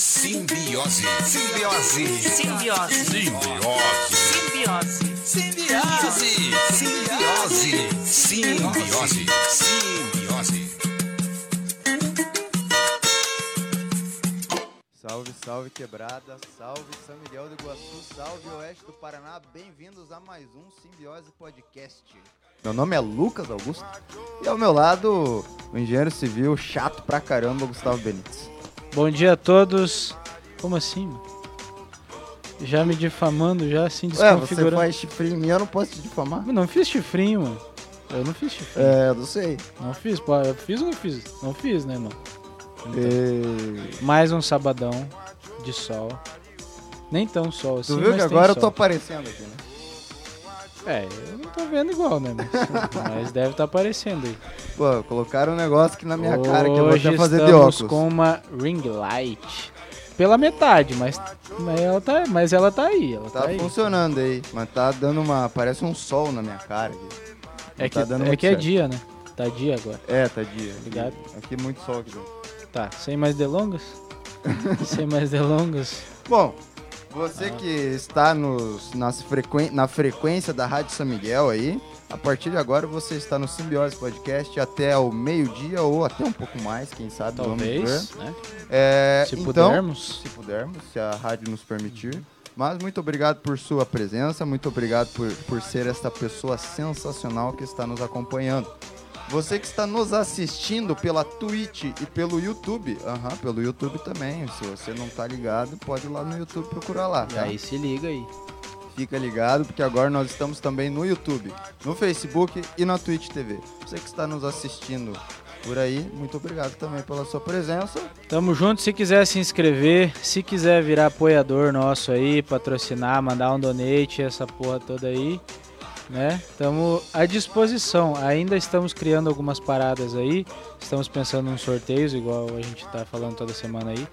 Simbiose. Simbiose. Simbiose. Simbiose. Simbiose. Simbiose. Simbiose. Simbiose. Simbiose. Salve, salve quebrada, salve São Miguel do Iguaçu, salve Oeste do Paraná, bem-vindos a mais um Simbiose Podcast. Meu nome é Lucas Augusto e ao meu lado o engenheiro civil chato pra caramba, Gustavo Benites. Bom dia a todos. Como assim? mano? Já me difamando, já assim Ué, você desconfigurando. Hum. faz chifrinho em mim, eu não posso te difamar? Não fiz chifrinho, mano. Eu não fiz chifrinho. É, eu não sei. Não fiz, pô. Eu fiz ou não fiz? Não fiz, né, mano? E... Mais um sabadão de sol. Nem tão sol assim. Tu viu mas que tem agora eu tô sol. aparecendo aqui, né? É, eu não tô vendo igual, né, mano? Mas deve tá aparecendo aí. Pô, colocaram um negócio aqui na minha cara que eu vou Hoje até fazer de estamos óculos. com uma ring light. Pela metade, mas, mas, ela, tá, mas ela tá aí. Ela tá, Tá aí. funcionando aí, mas tá dando uma. Parece um sol na minha cara aqui. É que, tá dando é, muito que é certo. dia, né? Tá dia agora. É, tadinha. Obrigado. Aqui muito sol aqui dentro. Tá, sem mais delongas? sem mais delongas? Bom, você Ah. que está nos, nas frequen- na frequência da Rádio São Miguel aí, a partir de agora você está no Simbiose Podcast até o meio-dia ou até um pouco mais, quem sabe, vamos ver. Talvez, né? É, Se então, pudermos. Se pudermos, se a rádio nos permitir. Mas muito obrigado por sua presença, muito obrigado por, por ser esta pessoa sensacional que está nos acompanhando. Você que está nos assistindo pela Twitch e pelo YouTube, aham, pelo YouTube também. Se você não tá ligado, pode ir lá no YouTube procurar lá. E Tá? aí se liga aí. Fica ligado, porque agora nós estamos também no YouTube, no Facebook e na Twitch TV. Você que está nos assistindo por aí, muito obrigado também pela sua presença. Tamo junto, se quiser se inscrever, se quiser virar apoiador nosso aí, patrocinar, mandar um donate, essa porra toda aí, né? Tamo à disposição. Ainda estamos criando algumas paradas aí. Estamos pensando em sorteios, igual a gente tá falando toda semana aí.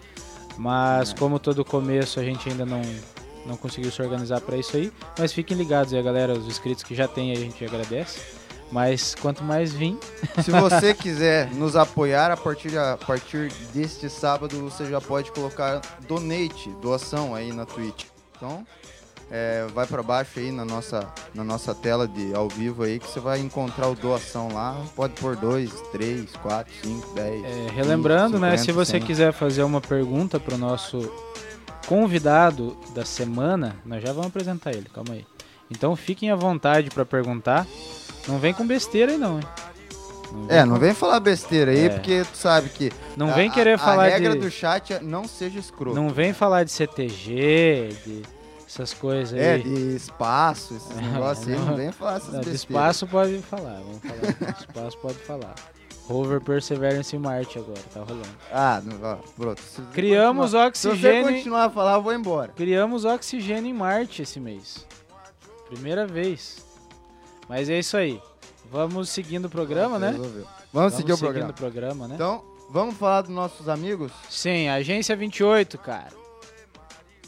Mas como todo começo a gente ainda não não conseguiu se organizar pra isso aí, mas fiquem ligados aí, galera, os inscritos que já tem aí a gente agradece. Mas quanto mais vim, Se você quiser nos apoiar a partir, a partir deste sábado, você já pode colocar donate, doação aí na Twitch. Então, é, vai para baixo aí na nossa, na nossa tela de ao vivo aí que você vai encontrar o doação lá. Pode pôr 2, 3, 4, 5, 10. É, relembrando, né, se você quiser fazer uma pergunta pro nosso convidado da semana, nós já vamos apresentar ele, calma aí. Então fiquem à vontade para perguntar. Não vem com besteira aí não, hein? É, não vem falar besteira aí, É. porque tu sabe que. Não a- vem querer a, falar A regra de do chat é não seja escroto. Não vem falar de CTG, de essas coisas é, aí. de espaço, esses negócios aí. Não não. vem falar essas Não, de besteiras. espaço pode falar, vamos falar. de espaço pode falar. Rover Perseverance em Marte agora, tá rolando. Ah, não, ó, pronto. Se você Criamos Se você oxigênio. em- continuar a falar, eu vou embora. Criamos oxigênio em Marte esse mês. Primeira vez. Mas é isso aí. Vamos seguindo o programa, né? Resolveu. Vamos, seguir o programa. seguindo o programa, né? Então, vamos falar dos nossos amigos? Sim, Agência 28, cara.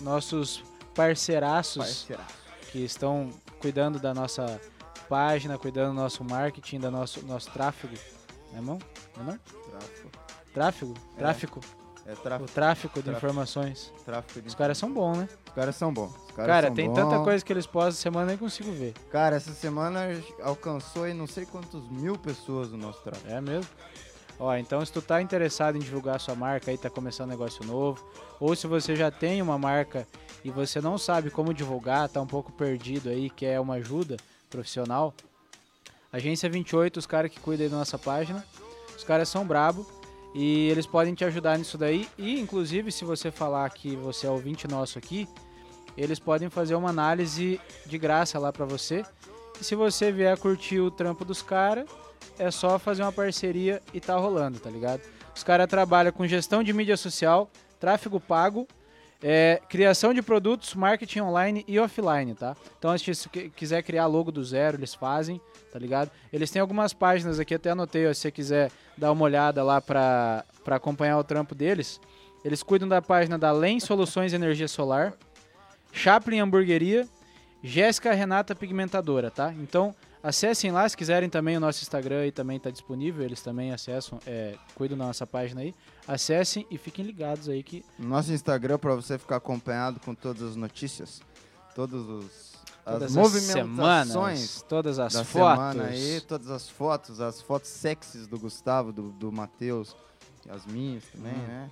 Nossos parceiraços Parceira. que estão cuidando da nossa página, cuidando do nosso marketing, do nosso, nosso tráfego. Não é mão? Não é não? Tráfico. Tráfego? É. Tráfico. É O tráfico, tráfego de Tráfego. informações. tráfico de... Os caras são bons, né? Os caras são bons. Os caras Cara, são tem bons. tanta coisa que eles postam semana nem consigo ver. Cara, essa semana alcançou aí não sei quantos mil pessoas no nosso tráfico. É mesmo? Ó, então se tu tá interessado em divulgar a sua marca aí, tá começando um negócio novo, ou se você já tem uma marca e você não sabe como divulgar, tá um pouco perdido aí, quer uma ajuda profissional, Agência 28, os caras que cuidam aí da nossa página, os caras são brabo e eles podem te ajudar nisso daí e inclusive se você falar que você é ouvinte nosso aqui, eles podem fazer uma análise de graça lá pra você. E se você vier curtir o trampo dos caras, é só fazer uma parceria e tá rolando, tá ligado? Os caras trabalham com gestão de mídia social, tráfego pago, é, criação de produtos, marketing online e offline, tá? Então, se você qui- quiser criar logo do zero, eles fazem, tá ligado? Eles têm algumas páginas aqui, até anotei, ó, se você quiser dar uma olhada lá pra, pra acompanhar o trampo deles. Eles cuidam da página da LEM Soluções Energia Solar, Chaplin Hamburgueria, Jéssica Renata Pigmentadora, tá? Então, Acessem lá, se quiserem também o nosso Instagram aí também tá disponível, eles também acessam, é, cuidam da nossa página aí. Acessem e fiquem ligados aí que Nosso Instagram para você ficar acompanhado com todas as notícias, todos os as todas as movimentações semanas, todas as da fotos, semana aí, todas as fotos, as fotos sexys do Gustavo, do, do Matheus, as minhas também, Uhum. né?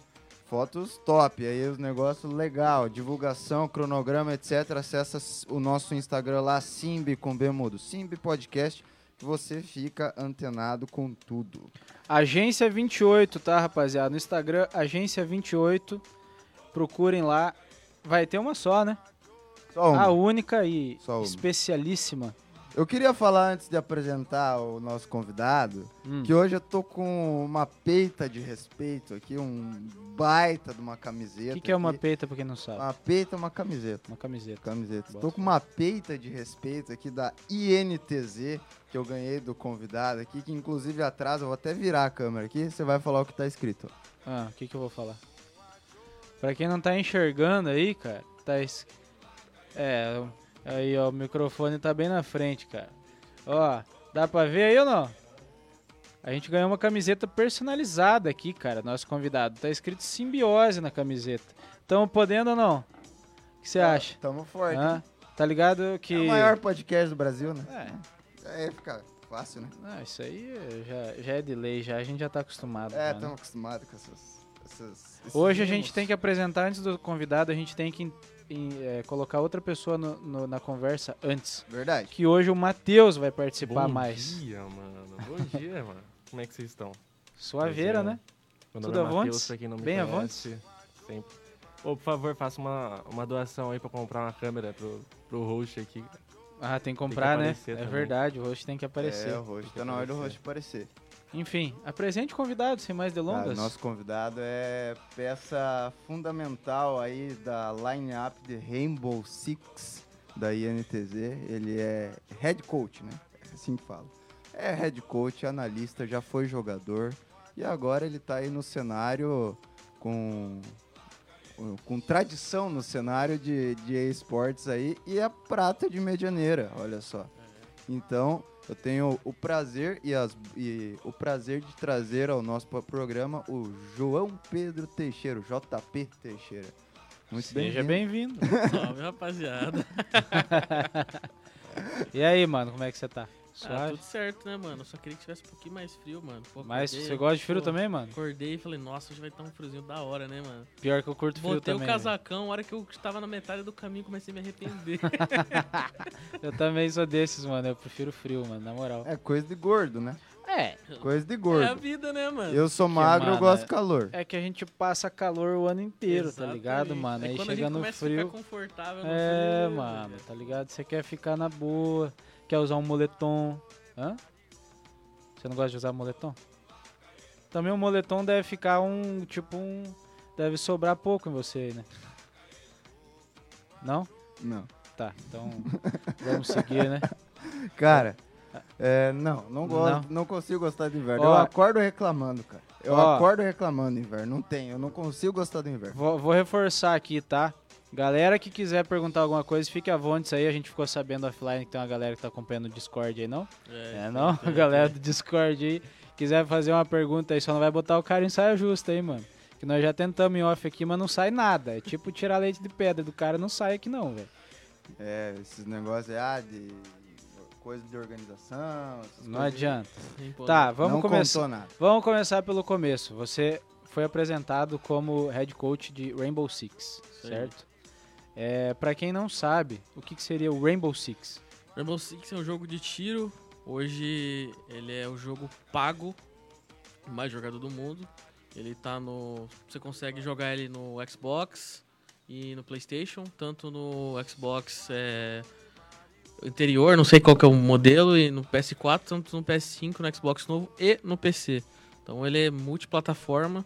Fotos top, aí os negócios legal, divulgação, cronograma, etc. Acessa s- o nosso Instagram lá, Simbi com B mudo, Simbi Podcast, que você fica antenado com tudo. Agência 28, tá, rapaziada? No Instagram, Agência 28. Procurem lá. Vai ter uma só, né? Só uma. A única e Só uma. especialíssima. Eu queria falar antes de apresentar o nosso convidado, Hum. que hoje eu tô com uma peita de respeito aqui, um baita de uma O camiseta. que, que é uma aqui. peita pra quem não sabe? Uma peita é uma camiseta. Uma camiseta. Camiseta. Bota. Tô com uma peita de respeito aqui da INTZ, que eu ganhei do convidado aqui, que inclusive atrás, eu vou até virar a câmera aqui, você vai falar o que tá escrito. Ah, o que, que eu vou falar? Pra quem não tá enxergando aí, cara, tá. Es... É, aí, ó, o microfone tá bem na frente, cara. Ó, dá pra ver aí ou não? A gente ganhou uma camiseta personalizada aqui, cara, nosso convidado. Tá escrito simbiose na camiseta. Tamo podendo ou não? O que você acha? Tamo forte. Hã? Tá ligado que. Ah, É o maior podcast do Brasil, né? É, Aí fica fácil, né? não, isso aí eh, já, já é de lei, já. A gente já tá acostumado. É, cara, né? tamo acostumado com essas... essas esses Hoje a mimos. gente tem que apresentar antes do convidado, a gente tem que em- é, colocar outra pessoa no- no- na conversa antes. Verdade. Que hoje o Matheus vai participar Bom mais. dia, mano. Bom dia, mano. Como é que vocês estão? Suaveira, Pois é. né? Meu Tudo nome é avante? Matheus, pra quem não me Bem conhece. Sempre. Ô, por favor, faça uma, uma doação aí pra comprar uma câmera pro, pro host aqui. Ah, tem que comprar, né? aparecer É também. verdade, o host tem que É, aparecer. o rosto. Tá na hora do rosto aparecer. Enfim, apresente o convidado, sem Ah, mais delongas. nosso convidado é peça fundamental aí da line-up de Rainbow Six da INTZ. Ele é head coach, né? É assim que fala. É head coach, analista, já foi jogador. E agora ele tá aí no cenário com, com tradição no cenário de, de esportes aí. E é prata de medianeira, olha só. Então, eu tenho o prazer e, as- e o prazer de trazer ao nosso po- programa o João Pedro Teixeira, o JP Teixeira. Muito bem. Seja bem-vindo. Salve, rapaziada. e aí, mano, como é que você tá? Ah, Suave? tudo certo, né, mano? Só queria que tivesse um pouquinho mais frio, mano. Pô, Mas acordei, você gosta de frio pô, também, mano? Acordei e falei, nossa, hoje vai estar um friozinho da hora, né, mano? Pior que eu curto frio Botei também. né? o casacão, a hora que eu estava na metade do caminho, comecei a me arrepender. velho. Eu também sou desses, mano. Eu prefiro frio, mano, na moral. É coisa de gordo, né? É, Coisa de é a gordo. vida, né, mano? Eu sou magro, eu mano, gosto é- de calor. É que a gente passa calor o ano inteiro, tá ligado, Exatamente. mano? É Aí quando chega a gente no começa A frio. ficar confortável É, no frio, né, mano, velho. tá ligado? Você quer ficar na boa, quer usar um moletom. Hã? Você não gosta de usar moletom? Também o moletom deve ficar um. Tipo um. Deve sobrar pouco em você, aí, né? Não? Não. Tá, então vamos seguir, né? Cara, é, não, não gosto, não. consigo gostar do inverno. eu Ó. acordo reclamando, cara. Eu Ó. acordo reclamando do inverno. Não tem, eu não consigo gostar do inverno. Vou, vou reforçar aqui, tá? Galera que quiser perguntar alguma coisa, fique à vontade isso aí. A gente ficou sabendo offline que tem uma galera que tá acompanhando o Discord aí, não? É, É, não? A galera do Discord aí, quiser fazer uma pergunta aí, só não vai botar o cara em saia justa aí, mano. Que nós já tentamos em off aqui, mas não sai nada. É tipo tirar leite de pedra do cara, não sai aqui não, velho. É, esses negócios é, ah, de coisa de organização. essas Não coisas. adianta. Pô, Tá, vamos não começar. contou nada. Vamos começar pelo começo. Você foi apresentado como head coach de Rainbow Six, aí. certo? É, para quem não sabe, o que, que seria o Rainbow Six? Rainbow Six é um jogo de tiro. Hoje ele é o jogo pago mais jogado do mundo. Ele tá no. Você consegue jogar ele no Xbox e no PlayStation, tanto no Xbox é, anterior, não sei qual que é o modelo, e no PS4, tanto no PS5, no Xbox novo e no PC. Então ele é multiplataforma.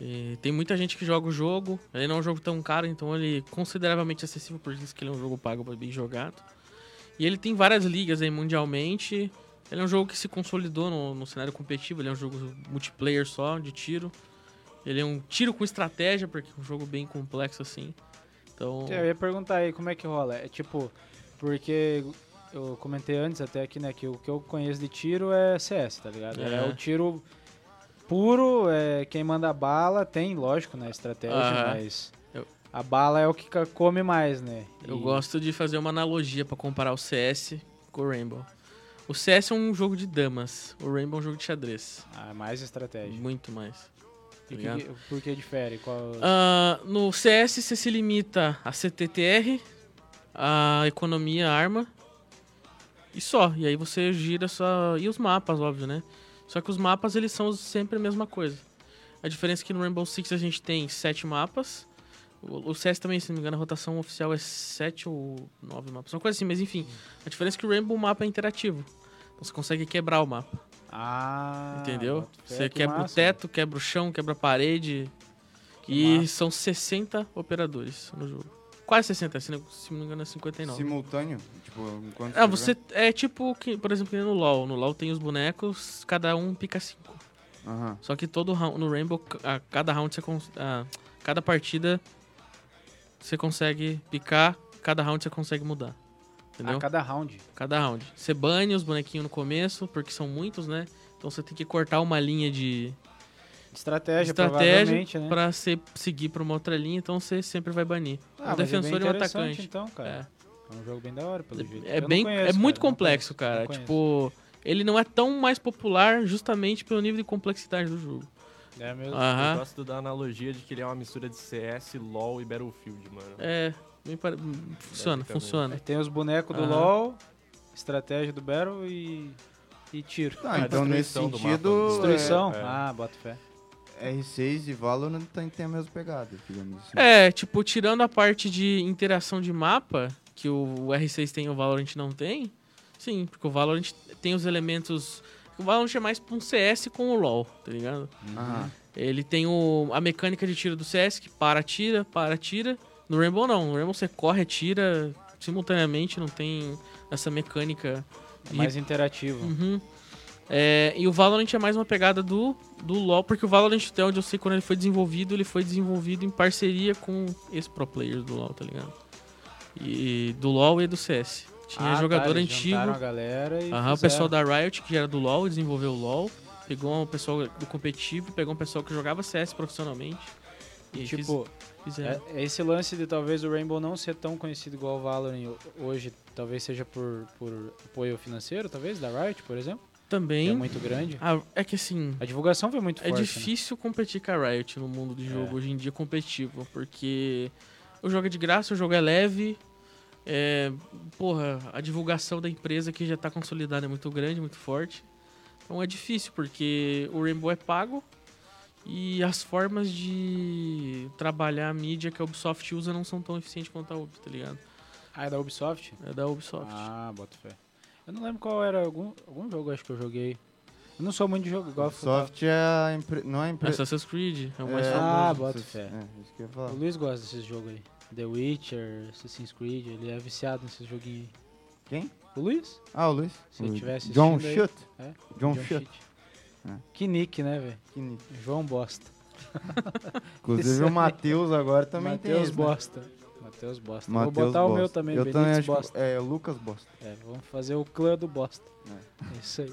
E tem muita gente que joga o jogo. Ele não é um jogo tão caro, então ele é consideravelmente acessível, por isso que ele é um jogo pago para bem jogado. E ele tem várias ligas aí mundialmente. Ele é um jogo que se consolidou no, no cenário competitivo, ele é um jogo multiplayer só, de tiro. Ele é um tiro com estratégia, porque é um jogo bem complexo assim. Então, Eu ia perguntar aí como é que rola. É tipo, É porque eu comentei antes até aqui, né, que o que eu conheço de tiro é CS, tá ligado? É, É. o tiro puro, é quem manda a bala, tem, lógico, né, estratégia, Aham. mas Eu- a bala é o que ca- come mais, né? Eu E- gosto de fazer uma analogia pra comparar o CS com o Rainbow. O CS é um jogo de damas, o Rainbow é um jogo de xadrez. Ah, mais estratégia. Muito mais. E Obrigado. que- por que difere? Qual... Tá Ah, no CS você se limita a CTTR, a economia, a arma e só. E aí você gira só. E os mapas, óbvio, né? Só que os mapas eles são sempre a mesma coisa. A diferença é que no Rainbow Six a gente tem sete mapas. O o CS também, se não me engano, a rotação oficial é sete ou nove mapas. Uma coisa assim, mas enfim. A diferença é que o Rainbow o mapa é interativo. Então você consegue quebrar o mapa. Ah, Entendeu? boto fé, Você que quebra massa, o teto, quebra o chão, quebra a parede. Que e massa. são 60 operadores no jogo. Quase 60, se não, se não me engano é 59. Simultâneo? Tipo, enquanto Ah, você é tipo, que, por exemplo, que nem no LoL. No LoL tem os bonecos, cada um pica 5. joga? Aham. Só que todo round, no Rainbow, a cada round você cons- a cada partida você consegue picar, cada round você consegue mudar. Entendeu? A cada round. Cada round. Você bane os bonequinhos no começo, porque são muitos, né? Então você tem que cortar uma linha de, Estratégia, provavelmente, estratégia né? pra você seguir pra uma outra linha, então você sempre vai banir. um mas é bem defensor e um interessante, atacante. Então, cara. É, É. um jogo bem da hora, pelo jeito. é Eu não bem, conheço, é muito cara, não conheço, complexo, cara. não conheço. Tipo, ele não é tão mais popular justamente pelo nível de complexidade do jogo. É mesmo. ah, Eu Aham. gosto da analogia de que ele é uma mistura de CS, LoL e Battlefield, mano. É, bem pare- funciona, Basicamente. Aí funciona. Tem os bonecos do Aham. LoL, estratégia do Battle e, e tiro. Ah, então nesse destruição do mapa, sentido. Destruição? é. Ah, bota fé. é, R6 e Valorant tem tem a mesma pegada, digamos assim. É, tipo, tirando a parte de interação de mapa, que o R6 tem e o Valorant não tem, sim, porque o Valorant tem os elementos... O Valorant é mais pra um CS com o LoL, tá ligado? Aham. Ele tem o, a mecânica de tiro do CS, que para, tira, para, tira. No Rainbow não. No Rainbow você corre, atira simultaneamente, não tem essa mecânica. É E- mais interativo. Ah, Uhum. É, e o Valorant é mais uma pegada do, do LoL, porque o Valorant, até onde eu sei, quando ele foi desenvolvido, ele foi desenvolvido em parceria com esse pro players do LoL, tá ligado? E do LoL e do CS. Tinha Ah, tá, jogador eles antigo. juntaram A galera é. e Aham, fizeram. o pessoal da Riot, que era do LoL, desenvolveu o LoL. Pegou um pessoal do competitivo, pegou um pessoal que jogava CS profissionalmente. E Tipo, fiz- fizeram. é- esse lance de talvez o Rainbow não ser tão conhecido igual o Valorant hoje, talvez seja por, por apoio financeiro, talvez, da Riot, por exemplo. que Também. É Ah, É, muito grande. que assim. A divulgação foi muito É forte. né? É. difícil competir com a Riot no mundo do jogo hoje em dia competitivo, porque o jogo é de graça, o jogo é leve. é, porra, a divulgação da empresa que já tá consolidada é muito grande, muito forte. Então é difícil, porque o Rainbow é pago e as formas de trabalhar a mídia que a Ubisoft usa não são tão eficientes quanto a Ubi, tá ligado? Ah, é da Ubisoft? É da Ubisoft. Ah, bota fé. Eu não lembro qual era algum, algum jogo acho que eu joguei. Eu não sou muito de jogo igual eu falava. Soft é a empre... não é a empresa. Assassin's Creed é o mais É. famoso. Ah, bota fé. É, isso que eu ia falar. O Luiz gosta desses jogos aí. The Witcher, Assassin's Creed, ele é viciado nesses joguinhos aí. Quem? O Luiz? Ah, o Luiz? Se O eu tivesse John assistindo aí- Schutt? É? John, Schutt. Cheat. É. Que nick, né, velho? Que nick. João Bosta. Isso Inclusive aí. o Matheus agora também tem. Matheus esse, né? Bosta. Matheus Bosta. Matheus Vou botar o Bosta. meu também, Eu Benítez também acho. Bosta. É, Lucas Bosta. É, vamos fazer o clã do Bosta. É isso aí.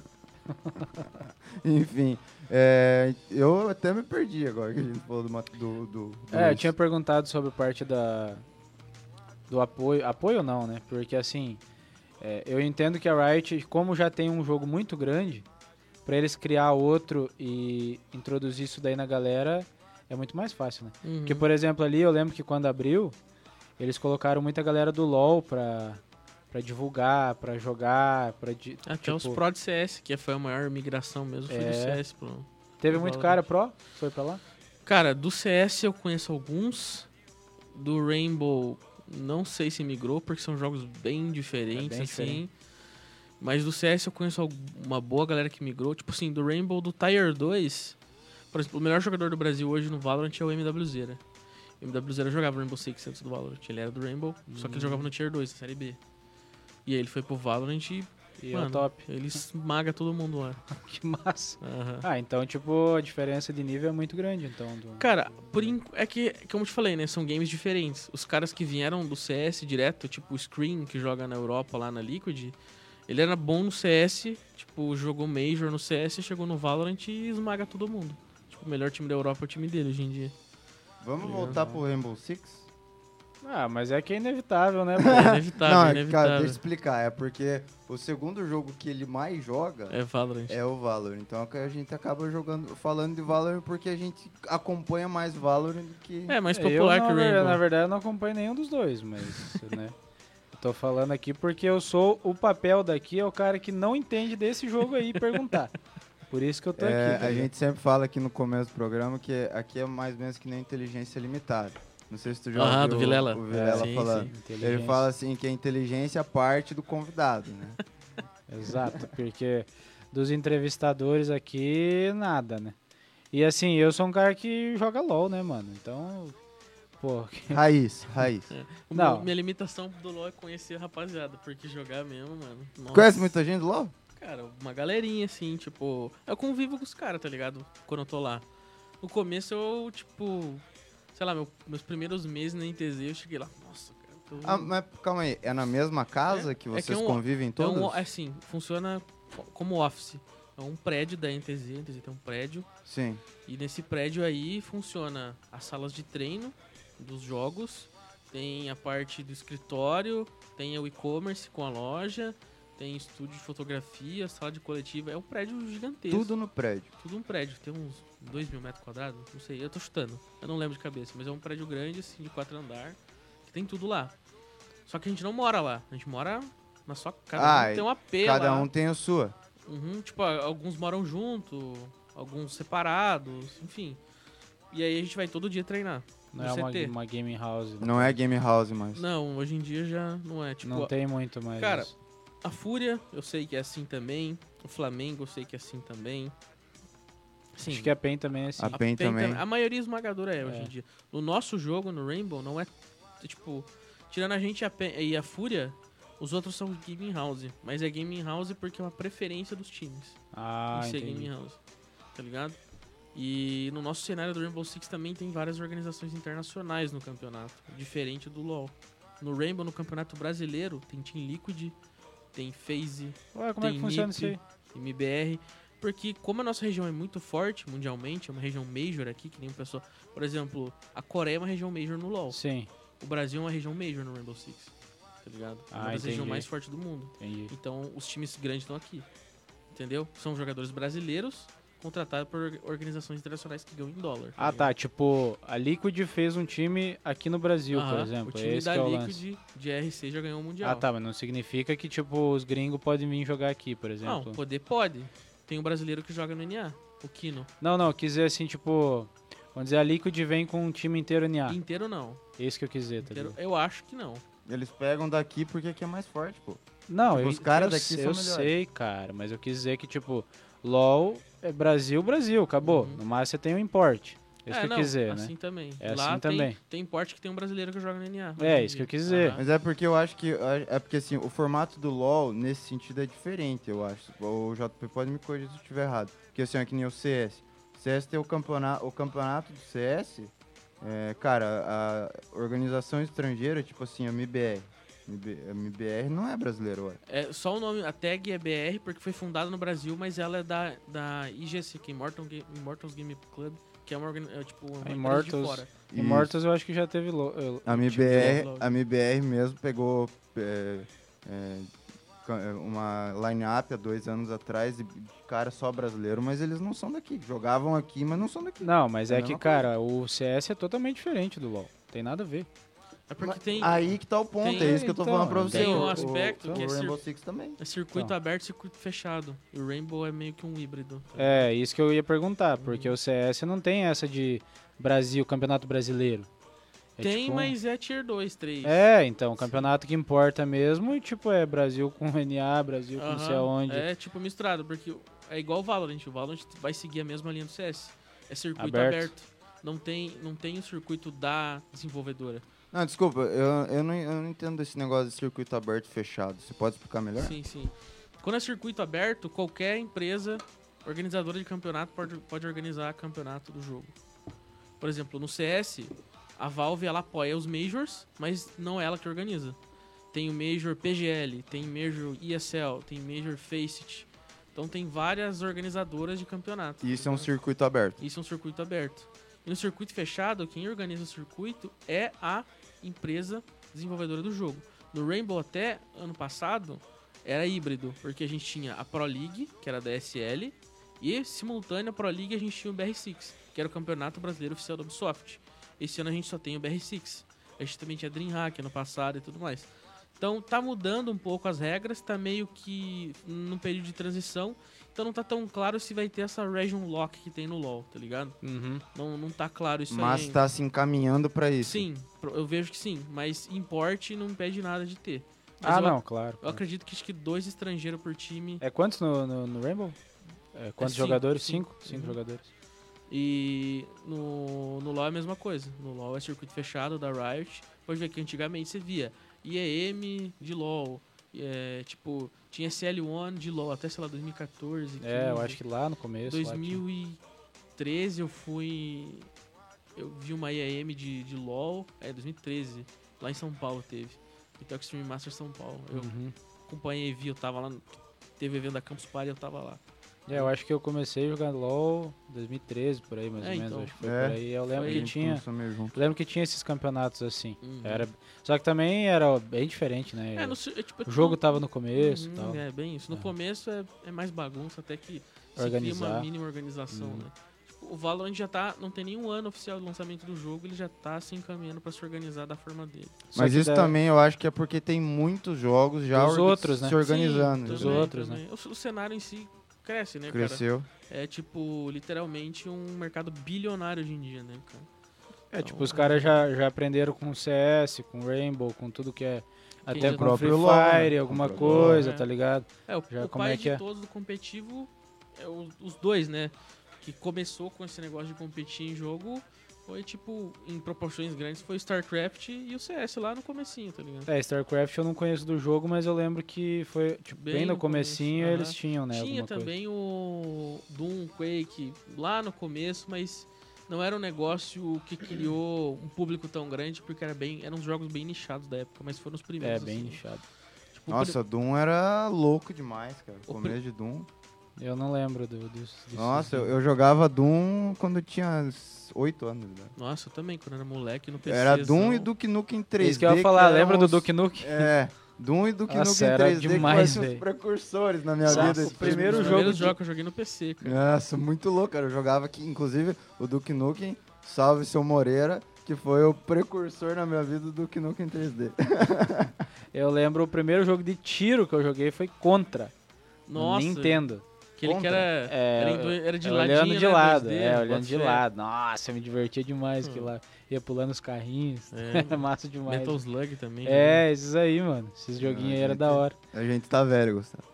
Enfim, é, eu até me perdi agora que a gente falou do. Mat- do, do, do É, eu Luiz. tinha perguntado sobre parte da do apoio, apoio não, né? Porque assim, é, eu entendo que a Riot, como já tem um jogo muito grande, pra eles criar outro e introduzir isso daí na galera é muito mais fácil, né? Uhum. Porque por exemplo ali, eu lembro que quando abriu, eles colocaram muita galera do LoL pra para divulgar, pra tipo, jogar, para Até os Ah, Pro de CS, que foi a maior migração mesmo, foi É. do CS pro, Teve muito cara pro, foi pra lá? Cara, do CS eu conheço alguns. Do Rainbow, não sei se migrou, porque são jogos bem diferentes, É bem assim. diferente. Mas do CS eu conheço al- uma boa galera que migrou. Tipo assim, do Rainbow, do Tier 2. Por exemplo, o melhor jogador do Brasil hoje no Valorant é o MWZera. O MWZera jogava Rainbow Six antes Uhum. do Valorant. Ele era do Rainbow, só que ele jogava no Tier 2, na Série B. E aí ele foi pro Valorant e E é Mano. o top. Ele esmaga todo mundo lá. Que massa. Aham. Ah, então, tipo, a diferença de nível é muito grande, então. do- Cara, por in- é que, como eu te falei, né? São games diferentes. Os caras que vieram do CS direto, tipo o Screen, que joga na Europa lá na Liquid, ele era bom no CS, tipo, jogou Major no CS, chegou no Valorant e esmaga todo mundo. Tipo, o melhor time da Europa é o time dele hoje em dia. Vamos voltar pro Rainbow Six? Ah, mas é que é inevitável, né? É pô? inevitável, Não, é cara, inevitável. deixa eu explicar. É porque o segundo jogo que ele mais joga É Valorant. É o Valor. Então é que a gente acaba jogando, falando de Valor porque a gente acompanha mais Valor do que. É, mais eu, popular na, que o ver- na Rainbow. verdade, eu não acompanho nenhum dos dois, mas, né? Eu tô falando aqui porque eu sou o papel daqui, é o cara que não entende desse jogo aí e perguntar. Por isso que eu tô É, aqui. tá a ligado? gente sempre fala aqui no começo do programa que aqui é mais ou menos que nem inteligência limitada. Não sei se tu já Ah, ouviu do Vilela. o Vilela É, sim, falando. sim. Ele fala assim que a inteligência parte do convidado, né? Exato, porque dos entrevistadores aqui, nada, né? E assim, eu sou um cara que joga LOL, né, mano? Então, pô, Raiz, raiz. O Não. meu- Minha limitação do LoL é conhecer a rapaziada, porque jogar mesmo, mano. nossa. Conhece muita gente logo? Cara, uma galerinha, assim, tipo. Eu convivo com os caras, tá ligado? Quando eu tô lá. No começo eu, tipo. Sei lá, meu- meus primeiros meses na NTZ eu cheguei lá. Nossa, cara. Tô... Ah, mas calma aí, é na mesma casa que é vocês que é um- convivem é todos? um, assim, funciona co- como office. É um prédio da NTZ, a NTZ tem um prédio. Sim. E nesse prédio aí funciona as salas de treino dos jogos, tem a parte do escritório, tem o e-commerce com a loja, tem estúdio de fotografia, sala de coletiva. É um prédio gigantesco. Tudo no prédio. Tudo um prédio, tem uns 2 mil metros quadrados, não sei, eu tô chutando, eu não lembro de cabeça, mas é um prédio grande, assim, de quatro andar, que tem tudo lá. Só que a gente não mora lá, a gente mora na sua casa, Ah, tem um AP Cada lá. um tem a sua. Uhum, tipo, a- alguns moram junto, alguns separados, enfim. E aí a gente vai todo dia treinar. não no é uma, CT. uma gaming house. né? Não é game house mais. Não, hoje em dia já não é, tipo, Não a- tem muito mais. Cara, isso. A Fúria, eu sei que é assim também. O Flamengo, eu sei que é assim também. Sim. acho que a PEN também é assim. A PEN também. Tá A maioria esmagadora é, hoje É. em dia. No nosso jogo, no Rainbow, não é. t- Tipo, tirando a gente e a Pen- e a Fúria, os outros são Gaming House. Mas é Gaming House porque é uma preferência dos times. Ah, em ser entendi. Gaming House. Tá ligado? E no nosso cenário do Rainbow Six também tem várias organizações internacionais no campeonato, diferente do LoL. No Rainbow, no campeonato brasileiro, tem Team Liquid, tem FaZe, Ué, como é que Tem funciona NIP. isso aí? MBR, porque como a nossa região é muito forte mundialmente, é uma região major aqui, que nem o pessoal. Por exemplo, a Coreia é uma região major no LoL. Sim, O Brasil é uma região major no Rainbow Six. Tá ligado? É Ah, uma das regiões entendi. mais fortes do mundo. entendi. Então os times grandes estão aqui. Entendeu? São jogadores brasileiros contratados por orga- organizações internacionais que ganham em dólar. Ah, ligado? tá. Tipo, a Liquid fez um time aqui no Brasil, por Aham, exemplo. O time Esse da que é o lance. Liquid de RC já ganhou o Mundial. Ah, tá, mas não significa que, tipo, os gringos podem vir jogar aqui, por exemplo. Não, poder pode. Tem um brasileiro que joga no NA, o Kino. Não, não, eu quis dizer assim, tipo. Vamos dizer, a Liquid vem com um time inteiro NA. Inteiro não. Esse que eu quis dizer, tá Inteiro, ligado? eu acho que não. Eles pegam daqui porque aqui é mais forte, pô. Não, Tipo, eu, os caras eu daqui sei- são Eu melhores. sei, cara, mas eu quis dizer que, tipo, LOL é Brasil, Brasil, acabou. Uhum. No máximo você tem um importe. Isso é, que eu não, quis dizer, assim né? também. É Lá assim tem, também. tem porte que tem um brasileiro que joga no NA. É, hoje em isso que eu dia. quis dizer. Aham. Mas é porque eu acho que. É porque assim, o formato do LoL nesse sentido é diferente, eu acho. O JP pode me corrigir se eu estiver errado. Porque assim, é que nem o CS. O CS tem o campeonato, o campeonato do CS. é, cara, a organização estrangeira, tipo assim, a MBR. MB- A MBR não é brasileiro, ué. É, só o nome, a tag é BR, porque foi fundada no Brasil, mas ela é da, da IGC, que é Immortal Ga- Immortals Game Club, que é uma, organi- é, tipo, uma A empresa de Immortals. fora. E Mortos eu acho que já teve LOL. eu- A tipo, MBR, logo. a MBR mesmo pegou é, é, ca- é, uma line-up há dois anos atrás, e de cara só brasileiro, mas eles não são daqui. Jogavam aqui, mas não são daqui. Não, mas É a é que, mesma cara, o CS é totalmente diferente do LoL. Tem nada a ver. É porque tem Aí que tá o ponto, tem- é isso que eu tô então, falando pra você. tem um O- aspecto o, que é o cir- Rainbow Six também. é circuito Então. aberto e circuito fechado. E o Rainbow é meio que um híbrido. É, isso que eu ia perguntar, porque Uhum. o CS não tem essa de Brasil, Campeonato Brasileiro. É tem, tipo um- mas é Tier 2, 3. É, então, o campeonato que importa mesmo, tipo, é Brasil com NA, Brasil com não sei Aham, aonde. É tipo misturado, porque é igual o Valorant. O Valorant vai seguir a mesma linha do CS. É circuito Aberto. aberto. Não tem não tem o circuito da desenvolvedora. Não, desculpa, eu, eu, não, eu não entendo esse negócio de circuito aberto e fechado. Você pode explicar melhor? Sim, sim. Quando é circuito aberto, qualquer empresa organizadora de campeonato pode, pode organizar campeonato do jogo. Por exemplo, no CS, a Valve ela apoia os majors, mas não é ela que organiza. Tem o Major PGL, tem Major ESL, tem Major Faceit. Então tem várias organizadoras de campeonato. E isso é um circuito aberto. Isso é um circuito aberto. E no circuito fechado, quem organiza o circuito é a empresa desenvolvedora do jogo. No Rainbow até ano passado era híbrido, porque a gente tinha a Pro League, que era da SL, e simultâneo à Pro League a gente tinha o BR6, que era o Campeonato Brasileiro Oficial da Ubisoft. Esse ano a gente só tem o BR6. A gente também tinha DreamHack ano passado e tudo mais. Então tá mudando um pouco as regras, tá meio que num período de transição, então não tá tão claro se vai ter essa region lock que tem no LoL, tá ligado? Uhum. Não, não tá claro isso aí. Mas ainda. tá se encaminhando pra isso. Sim, pro- eu vejo que sim, mas importe não impede nada de ter. Mas Ah, eu, não, claro. Eu acredito que acho que dois estrangeiros por time É quantos no, no, no Rainbow? É, quantos cinco, jogadores? cinco. Cinco? Cinco Uhum. jogadores. e no, no LoL é a mesma coisa. No LoL é circuito fechado da Riot. Pode ver que antigamente você via IEM de LoL, é, tipo, tinha SL1 de LoL até, sei lá, 2014. É, eu 15. acho que lá no começo. lá tinha. 2013 eu fui. Eu vi uma IAM de, de LOL. É, 2013. Lá em São Paulo teve. Então Extreme Master São Paulo. Eu Uhum. acompanhei e vi, eu tava lá. no- Teve evento da Campus Party, eu tava lá. É, eu acho que eu comecei a jogar LOL 2013, por aí mais É, ou menos. então. eu Acho que foi É. por aí. Eu lembro Foi que aí. tinha. Começou meio junto. eu Lembro que tinha esses campeonatos assim. Uhum. Era... Só que também era bem diferente, né? É, no, ci- é, tipo, é O jogo tudo- tava no começo e Uhum, tal. É, bem isso. No É. começo é, é mais bagunça, até que se cria uma Organizar. mínima organização, Uhum. né? Tipo, O Valorant já tá, não tem nenhum ano oficial do lançamento do jogo, ele já tá se encaminhando pra se organizar da forma dele. Só Mas que isso da- também eu acho que é porque tem muitos jogos já Dos orga- outros, né? se organizando. Sim, entendeu? os também, outros, também. O, o cenário em si cresce, né, cara? Cresceu. É tipo, literalmente um mercado bilionário hoje em dia, né, cara? É, tipo, os caras já, já aprenderam com CS, com Rainbow, com tudo que é. Até já com tá- Free Próprio LoL, Fire, né? alguma Com o próprio coisa, LoL, tá ligado? É, o, Já, o como pai é que de é? todos do competitivo é o- os dois, né? Que começou com esse negócio de competir em jogo. Foi tipo, em proporções grandes, foi StarCraft e o CS lá no comecinho, tá ligado? É, StarCraft eu não conheço do jogo, mas eu lembro que foi tipo, bem, Bem no no começo, comecinho aham. eles tinham, né? Tinha alguma coisa. também o Doom, Quake lá no começo, mas não era um negócio que criou um público tão grande, porque era bem, eram jogos bem nichados da época, mas foram os É, primeiros. bem assim. nichado. Tipo, o pri- Nossa, Doom era louco demais, cara. O O é começo de Doom. Eu não lembro do, disso. disso. Nossa, eu, eu jogava Doom quando tinha 8 anos. Né? Nossa, eu também, quando era moleque no PC. Era Doom e Duke Nukem 3D. Isso que eu ia falar, eram lembra do os- Duke Nuke? É, Doom e Duke Nossa, Nukem era 3D demais, que foram os velho. precursores na minha Nossa, vida. o esses primeiro primeiros Os jogo primeiros de- jogos que eu joguei no PC, cara. Nossa, muito louco, cara. Eu jogava aqui, inclusive, o Duke Nukem, salve seu Moreira, que foi o precursor na minha vida do Duke Nukem 3D. Eu lembro o primeiro jogo de tiro que eu joguei foi Contra. no Nossa, Nintendo. aquele que Contra. era, É, era, em dois- era de É, ladinho, olhando de né, lado, 2D, é, bota olhando de fé. lado. Nossa, eu me divertia demais que Hum. lá. Ia pulando os carrinhos. É, É massa demais. Metal Slug também. né? Ah, É, esses aí, mano. Esses joguinhos aí era da hora. A gente tá velho, Gustavo.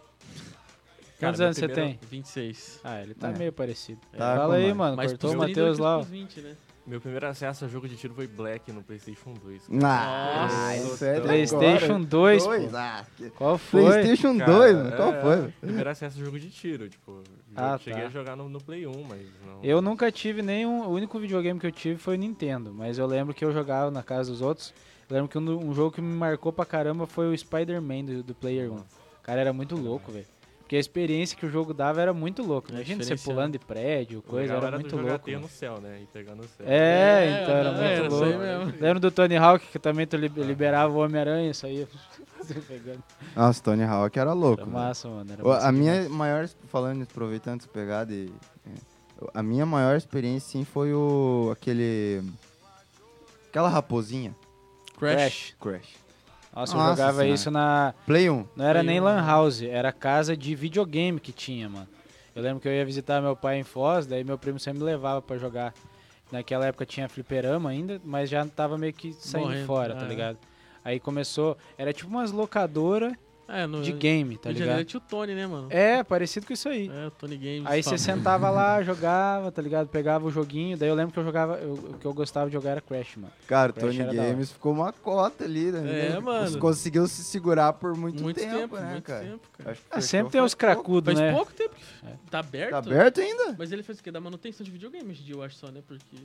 Quantos meu anos você primeiro- tem? 26. Ah, ele tá É. meio parecido. Tá com Fala aí, mais. mano. cortou o pros 30, Matheus lá. ó. pros 20, né? Meu primeiro acesso a jogo de tiro foi Black no PlayStation 2. Ah, Nossa, isso é da PlayStation agora. 2, pô. Dois, ah, que- Qual foi? PlayStation Cara, 2, mano. Qual é, foi? velho? Primeiro acesso a jogo de tiro, tipo. eu Ah, cheguei tá. a jogar no, no Play 1, mas não. Eu nunca tive nenhum. O único videogame que eu tive foi o Nintendo, mas eu lembro que eu jogava na casa dos outros. Eu lembro que um, do- um jogo que me marcou pra caramba foi o Spider-Man do, do Player 1. Cara, era muito louco, velho. Porque a experiência que o jogo dava era muito louca. É Imagina você diferenciado. pulando de prédio, O coisa, legal era tu muito jogar louco. teia mano. no céu, né? E pegar no céu. É, É, então era não, muito era isso aí louco. mesmo. Lembra do Tony Hawk que também tu li- liberava o Homem-Aranha, isso aí. pegando. Nossa, Tony Hawk era louco. Era né? mano. massa, mano. Era Ô, massa A minha demais. maior, falando, aproveitando essa pegada, e, é, a minha maior experiência sim foi o aquele aquela raposinha, Crash. Crash. Nossa, eu Nossa jogava senhora. isso na. Play 1. Não era Play nem um, lan né? house, era casa de videogame que tinha, mano. Eu lembro que eu ia visitar meu pai em Foz, daí meu primo sempre me levava pra jogar. Naquela época tinha fliperama ainda, mas já tava meio que saindo Morrendo, fora, tá é. ligado? Aí começou, era tipo umas locadoras É, no de Rio game, tá de Janeiro ligado? tinha o Tony, né, mano? É, parecido com isso aí. É, o Tony Games. Aí você fala. sentava lá, jogava, tá ligado? Pegava o joguinho. Daí eu lembro que eu jogava, eu- o que eu gostava de jogar era Crash, mano. Cara, o Crash Tony era da hora. Games ficou uma cota ali, né? É, Ele mano. Conseguiu se segurar por muito, Muito tempo, tempo, né, muito cara? tempo, cara. Acho que Ah, sempre fechou tem faz uns pouco. cracudos, Faz né? pouco tempo que tá aberto. Tá aberto ainda? Mas ele fez o quê? Da manutenção de videogame hoje em dia, eu acho só, né? Porque.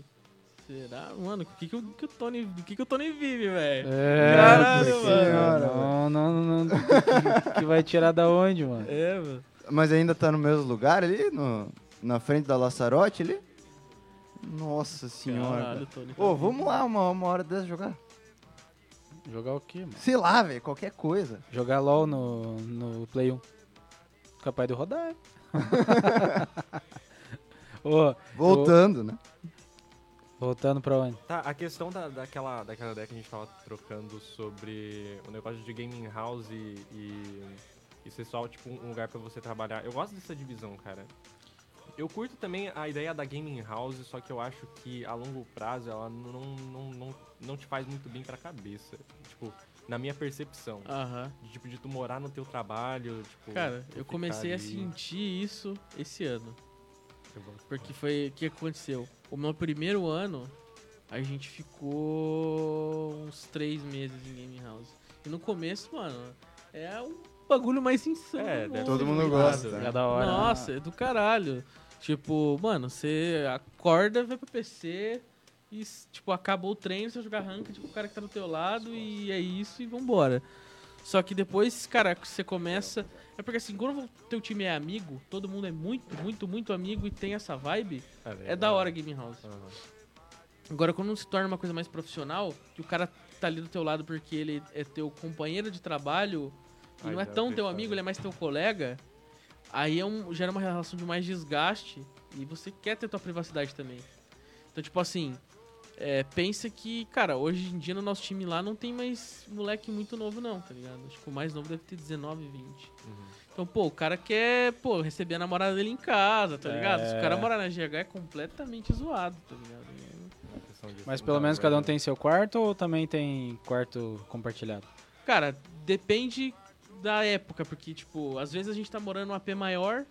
Será? Mano, o que, que, o, que o Tony. O que, que o Tony vive, velho? É, Caralho, porque- mano. Não, não, não. não. Que- que vai tirar da onde, mano? É, mano. Mas ainda tá no mesmo lugar ali? No, na frente da Laçarote ali? Nossa senhora. Caralho, cara. Tony. tá Pô, vamos lá uma, uma hora dessa jogar. Jogar o quê, mano? Sei lá, velho, qualquer coisa. Jogar LOL no, no Play 1. Capaz de rodar, hein? Ô, Voltando, né? voltando pra onde? Tá, a questão da, daquela, daquela ideia que a gente tava trocando sobre o negócio de gaming house e, e, e ser só, tipo, um lugar pra você trabalhar. Eu gosto dessa divisão, cara. Eu curto também a ideia da gaming house, só que eu acho que a longo prazo ela não, não, não, não te faz muito bem pra cabeça. Tipo, na minha percepção. Aham. De, tipo, de tu morar no teu trabalho, tipo... Cara, tu eu ficar comecei a ali. sentir isso esse ano. Eu gosto. Porque foi o que aconteceu. O meu primeiro ano, a gente ficou uns três meses em Game House. E no começo, mano, é o bagulho mais insano. É, do deve Todo ser mundo muito gosta, irado, né? É da hora. Nossa, é do caralho. Tipo, mano, você acorda, vai pro PC e, s- tipo, acabou o treino, você jogar rank tipo, o cara que tá do teu lado e é isso e vambora. Só que depois, cara, que você começa... É porque assim, quando o teu time é amigo, todo mundo é muito, muito, muito amigo e tem essa vibe, é da hora Game House. Aham. Agora, quando se torna uma coisa mais profissional, que o cara tá ali do teu lado porque ele é teu companheiro de trabalho e Ai, não é já tão vi teu essa- amigo, ele é mais teu colega, aí é um, gera uma relação de mais desgaste e você quer ter tua privacidade também. Então, tipo assim, é, pensa que, cara, hoje em dia no nosso time lá não tem mais moleque muito novo não, tá ligado? Acho que o mais novo deve ter 19, 20. Uhum. Então, pô, o cara quer, pô, receber a namorada dele em casa, É. tá ligado? Se o cara morar na GH é completamente zoado, tá ligado? A questão de Mas ser pelo da menos cada um hora. tem seu quarto ou também tem quarto compartilhado? Cara, depende da época, porque, tipo, às vezes a gente tá morando num AP maior,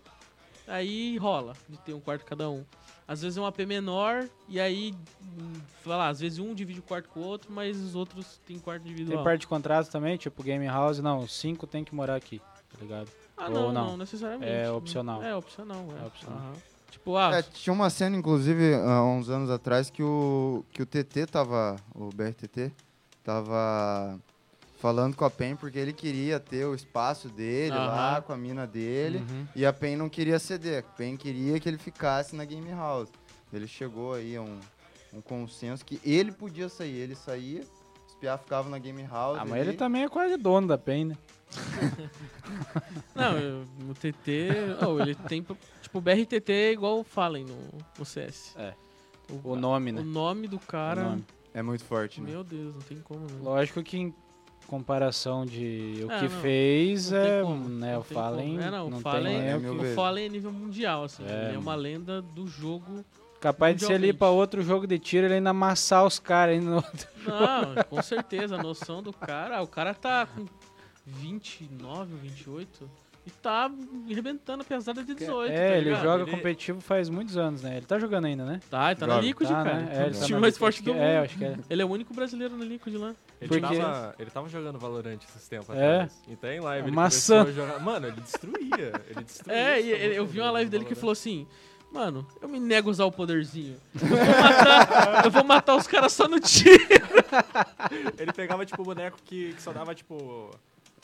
aí rola de ter um quarto cada um. Às vezes é um AP menor, e aí, hum, sei lá, às vezes um divide o quarto com o outro, mas os outros têm quarto Tem individual. parte de contrato também, tipo Game House, não, cinco tem que morar aqui, tá ligado? Ah, ou não, não? não, necessariamente. É opcional. É opcional, é, É opcional. Aham. Tipo, ah, É, tinha uma cena, inclusive, há uns anos atrás, que o, que o TT tava, o BRTT, tava falando com a PEN porque ele queria ter o espaço dele lá Aham. com a mina dele Uhum. e a PEN não queria ceder. A PEN queria que ele ficasse na Game House. Ele chegou aí a um, um consenso que ele podia sair. Ele saía, os piá ficavam na Game House. Ah, mas ali. ele também é quase dono da PEN, né? não, eu- o TT, oh, ele tem, tipo, o BRTT é igual o Fallen no, no CS. É. O nome, né? O nome do cara, O nome. É muito forte, né? meu Deus, não tem como, né? Lógico que em comparação de o Ah, que não, fez, Não tem é, como, né, não o tem Fallen como. É, não, o não Fallen- tem, é é meu- O ver. Fallen é nível mundial, assim. É, ele é mano. uma lenda do jogo. capaz de se ele ir mundialmente. pra outro jogo de tiro, ele ainda amassar os caras ainda no Não, com certeza, a noção do cara. ah, O cara tá com 29 ou 28 e tá arrebentando a pesada de 18. É, tá ele ligado? joga competitivo faz muitos anos, né? Ele tá jogando ainda, né? Tá, ele tá na Joga. Liquid, Tá, cara. né? É, ele tá o time na- mais forte acho do que- mundo. É, eu acho que é. Ele é o único brasileiro na Liquid lá. Ele, Porque- tava, ele tava jogando Valorant esses tempos É. atrás. E tem live. Ele Maçã. começou a jogar- Mano, ele destruía. Ele destruía. É, e tá essa ele- eu luta vi uma do né, live dele que Valorant. falou assim. Mano, eu me nego a usar o poderzinho. Eu vou matar, eu vou matar os caras só no tiro. Ele pegava, tipo, o boneco que, que só dava, tipo.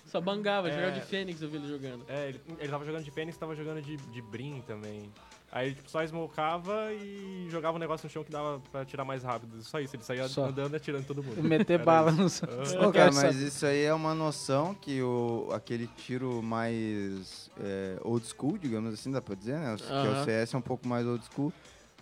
Só bangava, É. jogava de Fênix, eu vi ele jogando. É, ele, ele tava jogando de pênis tava jogando de, de Brim também. Aí ele tipo, só smokava e jogava um negócio no chão que dava pra tirar mais rápido. Só isso, ele saía Só. andando e atirando todo mundo. Ah, Meter Era bala isso. no Ô, seu. cara, mas isso aí é uma noção que o, aquele tiro mais é, old school, digamos assim, dá pra dizer, né? O- Que o Aham. CS é um pouco mais old school,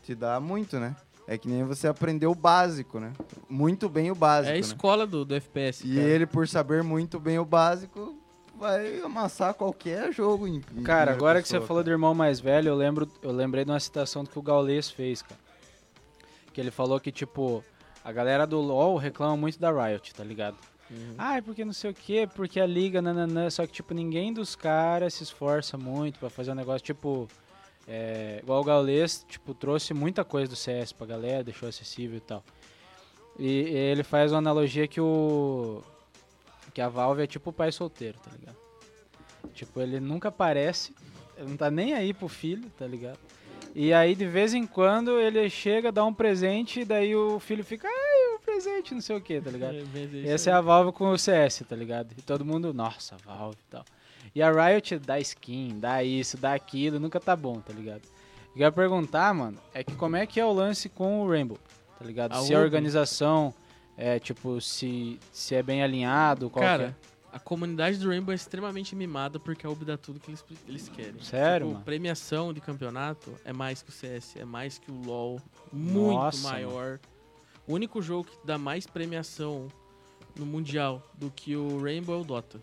te dá muito, né? É que nem você aprendeu o básico, né? Muito bem o É básico, a né? escola do, do FPS. E cara. ele, por saber muito bem o básico, vai amassar qualquer jogo. Em, em primeira Cara, agora que você pessoa, falou do cara. irmão mais velho, eu lembro, eu lembrei de uma citação que o Gaules fez, cara. Que ele falou que tipo, a galera do LoL reclama muito da Riot, tá ligado? Uhum. Ah, é porque não sei o quê, porque a liga, nananã. Só que, tipo, ninguém dos caras se esforça muito pra fazer um negócio, tipo... é, igual o Gaules, tipo, trouxe muita coisa do CS pra galera, deixou acessível e tal. E ele faz uma analogia que o... Que a Valve é tipo o pai solteiro, tá ligado? Tipo, ele nunca aparece, ele não tá nem aí pro filho, tá ligado? E aí, de vez em quando, ele chega, dá um presente, e daí o filho fica, ai, o presente, não sei o que, tá ligado? Essa é a Valve com o CS, tá ligado? E todo mundo, nossa, Valve e tal. E a Riot dá skin, dá isso, dá aquilo, nunca tá bom, tá ligado? O que eu ia perguntar, mano, é que como é que é o lance com o Rainbow, tá ligado? A se a Ubi. organização é, tipo, se, se é bem alinhado, qual que Cara, é? a comunidade do Rainbow é extremamente mimada porque é a UB dá tudo que eles, eles querem. Sério, Tipo, mano? premiação de campeonato é mais que o CS, é mais que o LoL, muito Nossa, maior. O único jogo que dá mais premiação no Mundial do que o Rainbow é o Dota.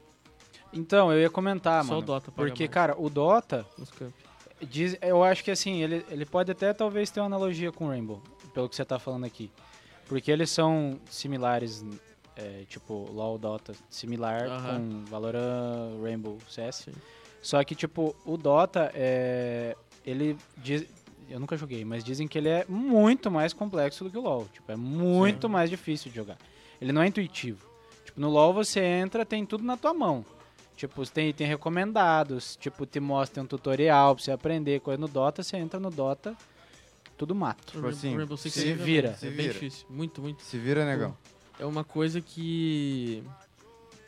Então, eu ia comentar, Só o mano. Dota paga porque, mais cara, o Dota, nos campos. Diz- eu acho que assim, ele, ele pode até talvez ter uma analogia com o Rainbow, pelo que você tá falando aqui. Porque eles são similares, é, tipo, LoL, Dota, similar Aham. com Valorant, Rainbow, CS. Sim. Só que, tipo, o Dota, é, ele diz... Eu nunca joguei, mas dizem que ele é muito mais complexo do que o LoL. Tipo, é muito mais difícil de jogar. Ele não é intuitivo. Tipo, no LoL você entra, tem tudo na tua mão. Tipo, tem, tem recomendados, tipo, te mostra tem um tutorial pra você aprender coisa no Dota, você entra no Dota, tudo mato. O Rainbow- assim, o Rainbow Six tipo se é bem- vira. Se É bem vira. difícil, muito, muito. Se vira, negão. É uma coisa que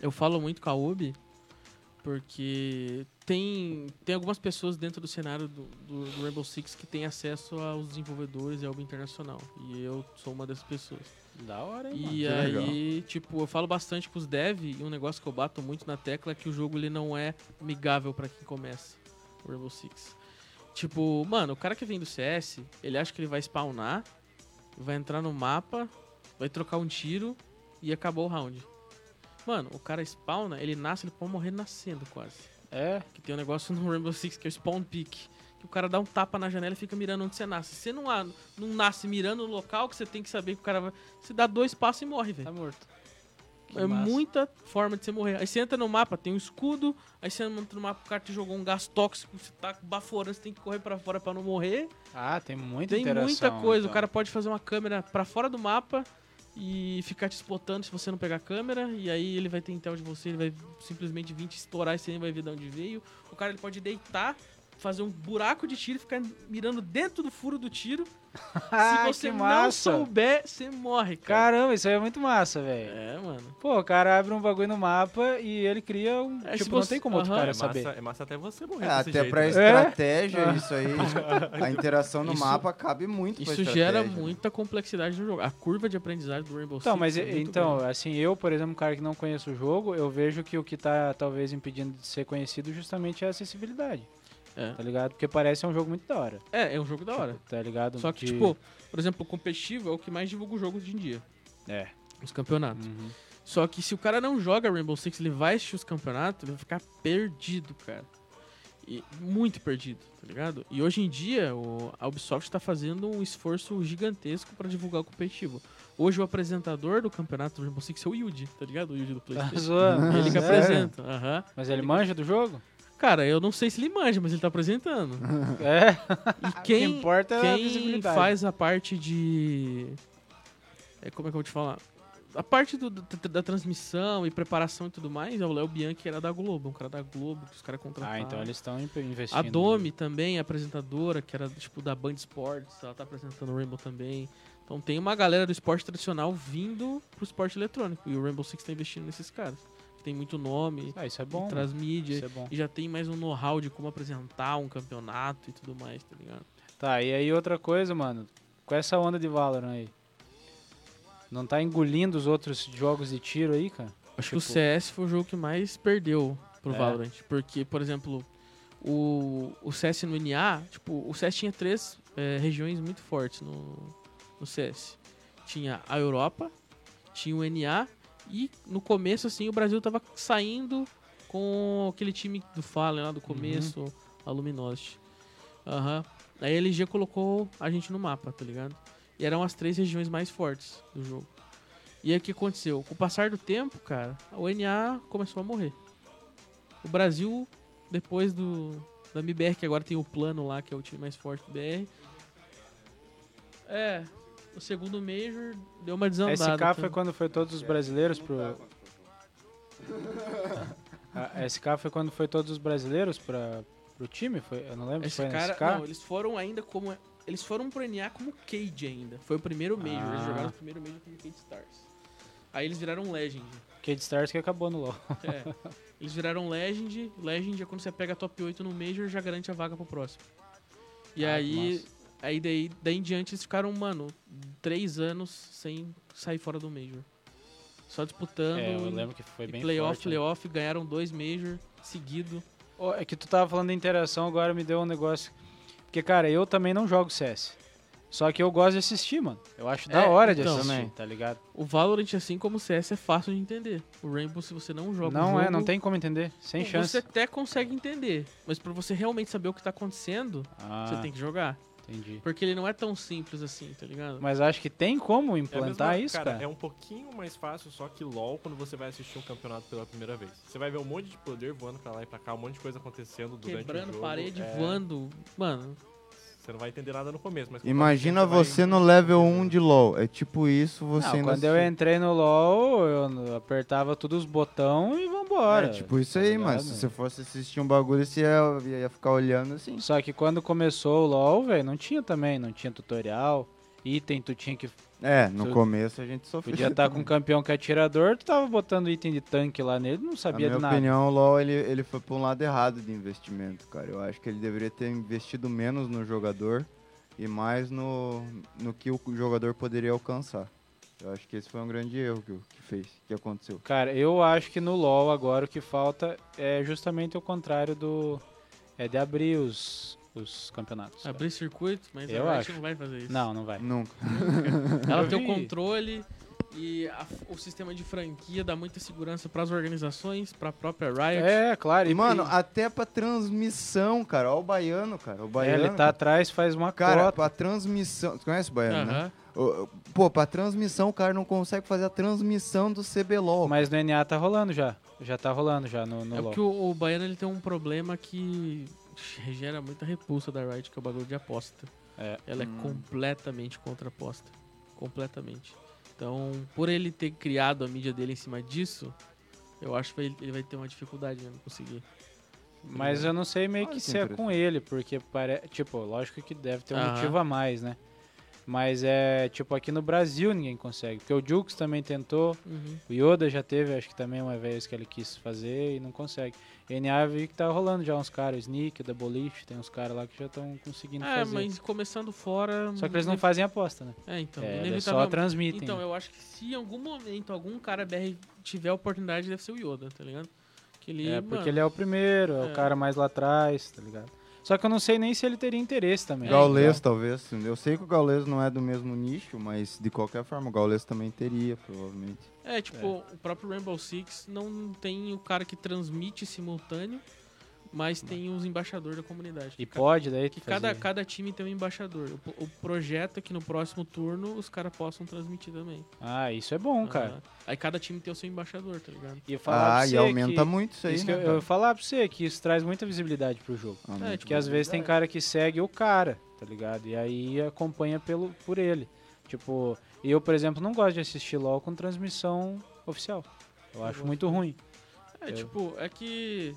eu falo muito com a UB, porque tem, tem algumas pessoas dentro do cenário do, do, do Rainbow Six que têm acesso aos desenvolvedores e à UB internacional. E eu sou uma dessas pessoas. Da hora, E aí, tipo, eu falo bastante com os dev e um negócio que eu bato muito na tecla é que o jogo ele não é amigável pra quem começa o Rainbow Six. Tipo, mano, o cara que vem do CS, ele acha que ele vai spawnar, vai entrar no mapa, vai trocar um tiro e acabou o round. Mano, o cara spawna, ele nasce, ele pode morrer nascendo quase. É, Que tem um negócio no Rainbow Six que é o spawn pick. Que o cara dá um tapa na janela e fica mirando onde você nasce. Você não, a- não nasce mirando no local que você tem que saber que o cara vai. Você dá dois passos e morre, tá velho. morto. Que É massa. muita forma de você morrer. Aí você entra no mapa, tem um escudo. Aí você entra no mapa, o cara te jogou um gás tóxico. Você tá baforando, você tem que correr pra fora pra não morrer. Ah, tem muita tem interação. muita coisa. O então. cara pode fazer uma câmera pra fora do mapa e ficar te spotando se você não pegar a câmera. E aí ele vai ter intel de você, ele vai simplesmente vir te estourar e você nem vai ver de onde veio. O cara ele pode deitar, fazer um buraco de tiro, ficar mirando dentro do furo do tiro. Ah, se você que não massa. souber, você morre, cara. Caramba, isso aí é muito massa, velho. É, mano. Pô, o cara abre um bagulho no mapa e ele cria um. É, se tipo, não você- tem como outro aham. cara é, saber. massa, é massa até você É, morrer desse até jeito, pra né? estratégia, isso aí. A interação no É? Isso- mapa cabe muito pra Isso gera estratégia. né? muita complexidade no jogo. A curva de aprendizagem do Rainbow Então, Six mas é e- muito então, grande. assim, eu, por exemplo, um cara que não conhece o jogo, eu vejo que o que tá talvez impedindo de ser conhecido justamente é a acessibilidade, É. tá ligado? Porque parece um jogo muito da hora, É, é um jogo da hora. tá ligado? Só que, De- tipo, por exemplo, o competitivo é o que mais divulga o jogo hoje em dia. É. Os campeonatos. Uhum. Só que se o cara não joga Rainbow Six, ele vai assistir os campeonatos, ele vai ficar perdido, cara. E muito perdido, tá ligado? E hoje em dia, o, a Ubisoft tá fazendo um esforço gigantesco pra divulgar o competitivo. Hoje o apresentador do campeonato do Rainbow Six é o Yuji, tá ligado? O Yuji do Tá Playstation. zoando. ele que Sério? apresenta. aham. Mas ele manja do jogo? Cara, eu não sei se ele manja, mas ele tá apresentando. É. E o que quem, importa é a quem visibilidade. faz a parte de. é, como é que eu vou te falar? A parte do- da, da transmissão e preparação e tudo mais é o Léo Bianchi, que era da Globo, um cara da Globo, que os caras contrataram. Ah, então eles estão imp- investindo. A Domi também, a apresentadora, que era tipo da Band Sports, ela tá apresentando o Rainbow também. Então tem uma galera do esporte tradicional vindo pro esporte eletrônico. E o Rainbow Six tá investindo nesses caras. Tem muito nome, Ah, isso é bom. traz mídia. Isso é bom. E já tem mais um know-how de como apresentar um campeonato e tudo mais, tá ligado? Tá, e aí outra coisa, mano. Com essa onda de Valorant aí. Não tá engolindo os outros jogos de tiro aí, cara? Acho que o CS foi o jogo que mais perdeu pro É. Valorant. Porque, por exemplo, o, o CS no NA, tipo, o CS tinha três eh, regiões muito fortes no, no CS. Tinha a Europa, tinha o NA, e no começo, assim, o Brasil tava saindo com aquele time do Fallen lá do começo, a Luminosity. Aham. Aí a LG colocou a gente no mapa, tá ligado? E eram as três regiões mais fortes do jogo. E aí o que aconteceu? Com o passar do tempo, cara, o NA começou a morrer. O Brasil, depois do da MBR, que agora tem o plano lá, que é o time mais forte do BR. É, o segundo Major deu uma desandada. tá? SK foi também. quando foi todos os brasileiros pro. A SK foi quando foi todos os brasileiros pra, pro time? Foi, eu não lembro se Esse foi né? na cara, SK. não, eles foram ainda como. Eles foram pro NA como Cage ainda. Foi o primeiro Major. Eles Ah. jogaram o primeiro Major como Cage Stars. Aí eles viraram Legend. Cade Stars que acabou no LoL. É. Eles viraram Legend. Legend é quando você pega top 8 no Major já garante a vaga pro próximo. E Ah, aí. que massa. Aí daí, daí em diante eles ficaram, mano, três anos sem sair fora do Major. Só disputando. É, eu lembro que foi um e bem playoff, forte, né? playoff, ganharam dois Major seguido. Ô, É que tu tava falando de interação, agora me deu um negócio. Porque, cara, eu também não jogo CS. Só que eu gosto de assistir, mano. Eu acho da É, hora de então. assistir, Também. tá ligado? O Valorant, assim como o CS, é fácil de entender. O Rainbow, se você não joga o não é, jogo, não tem como entender. Sem chance. Você até consegue entender, mas pra você realmente saber o que tá acontecendo, Ah, você tem que jogar. entendi. Porque ele não é tão simples assim, tá ligado? Mas acho que tem como É a mesma- implantar isso, cara. É um pouquinho mais fácil, só que LOL, quando você vai assistir um campeonato pela primeira vez. Você vai ver um monte de poder voando pra lá e pra cá, um monte de coisa acontecendo durante o Quebrando jogo. parede, é, voando. Mano, Você não vai entender nada no começo, mas... Imagina conforme o tempo você vai- no level 1 de LoL. É tipo isso, você Não, ainda... quando eu entrei no LoL, eu n- apertava todos os botões e vambora. É tipo isso aí, tá ligado? mas se você fosse assistir um bagulho, você ia, ia ficar olhando assim. Só que quando começou o LoL, velho, não tinha também, não tinha tutorial, item, tu tinha que. É, no Tu- começo a gente sofreu. Podia estar com um campeão que é atirador, tu tava botando item de tanque lá nele, não Na sabia minha de nada. opinião, o LoL ele, ele foi pra um lado errado de investimento, cara. Eu acho que ele deveria ter investido menos no jogador e mais no, no que o jogador poderia alcançar. Eu acho que esse foi um grande erro que, que fez, que aconteceu. Cara, eu acho que no LoL agora o que falta é justamente o contrário do. É de abrir os, os campeonatos. abrir circuito, mas Eu a Riot acho. não vai fazer isso. Não, não vai. Nunca. Ela Eu tem o vi. controle e a- o sistema de franquia dá muita segurança pras organizações, pra própria Riot. É, claro. e- Mano, até pra transmissão, cara. Ó o baiano, cara. O é, baiano. ele tá atrás, faz uma Cara, cota. pra transmissão. Tu conhece o baiano, né? Aham. Ô, Pô, pra transmissão, o cara não consegue fazer a transmissão do CBLOL. Mas no NA tá rolando já. Já tá rolando já no, no É LoL. porque o, o Baiano ele tem um problema que gera muita repulsa da Riot, que é o bagulho de aposta. É. Ela é completamente contra a aposta. Completamente. Então, por ele ter criado a mídia dele em cima disso, eu acho que ele, ele vai ter uma dificuldade mesmo conseguir. Mas eu não sei meio Olha que que se é com ele, porque parece. Tipo, lógico que deve ter um Aham. motivo a mais, né? Mas é, tipo, aqui no Brasil ninguém consegue. Porque o Jukes também tentou, o Yoda já teve, acho que também uma vez que ele quis fazer e não consegue. NA eu vi que tá rolando já uns caras, o Sneak, o Debolish, tem uns caras lá que já estão conseguindo É, fazer. mas começando fora. Só que eles não fazem aposta, né? É, então, é, eles só inevitavelmente. transmitem. né? Então, eu acho que se em algum momento algum cara BR tiver a oportunidade, deve ser o Yoda, tá ligado? Que ele, é, porque mano, ele é o primeiro, é, É. o cara mais lá atrás, tá ligado? Só que eu não sei nem se ele teria interesse também. tá Gaules, talvez. assim, Eu sei que o Gaules não é do mesmo nicho, mas de qualquer forma, o Gaules também teria, provavelmente. É, tipo, o próprio Rainbow Six não tem o cara que transmite simultâneo, mas tem os embaixadores da comunidade. E Que ca- pode daí que fazer. cada, cada time tem um embaixador. O, po- o projeto é que no próximo turno os caras possam transmitir também. Ah, isso é bom, cara. Aham. Aí cada time tem o seu embaixador, tá ligado? E eu falar Ah, pra e você aumenta que- muito isso aí, isso que né? eu, eu cara? ia falar pra você que isso traz muita visibilidade pro jogo. Aumenta. É, tipo, Porque às vezes tem cara que segue o cara, tá ligado? E aí acompanha pelo, por ele. Tipo, eu, por exemplo, não gosto de assistir LOL com transmissão oficial. Eu acho gosto muito ruim. É, Eu- tipo, é que.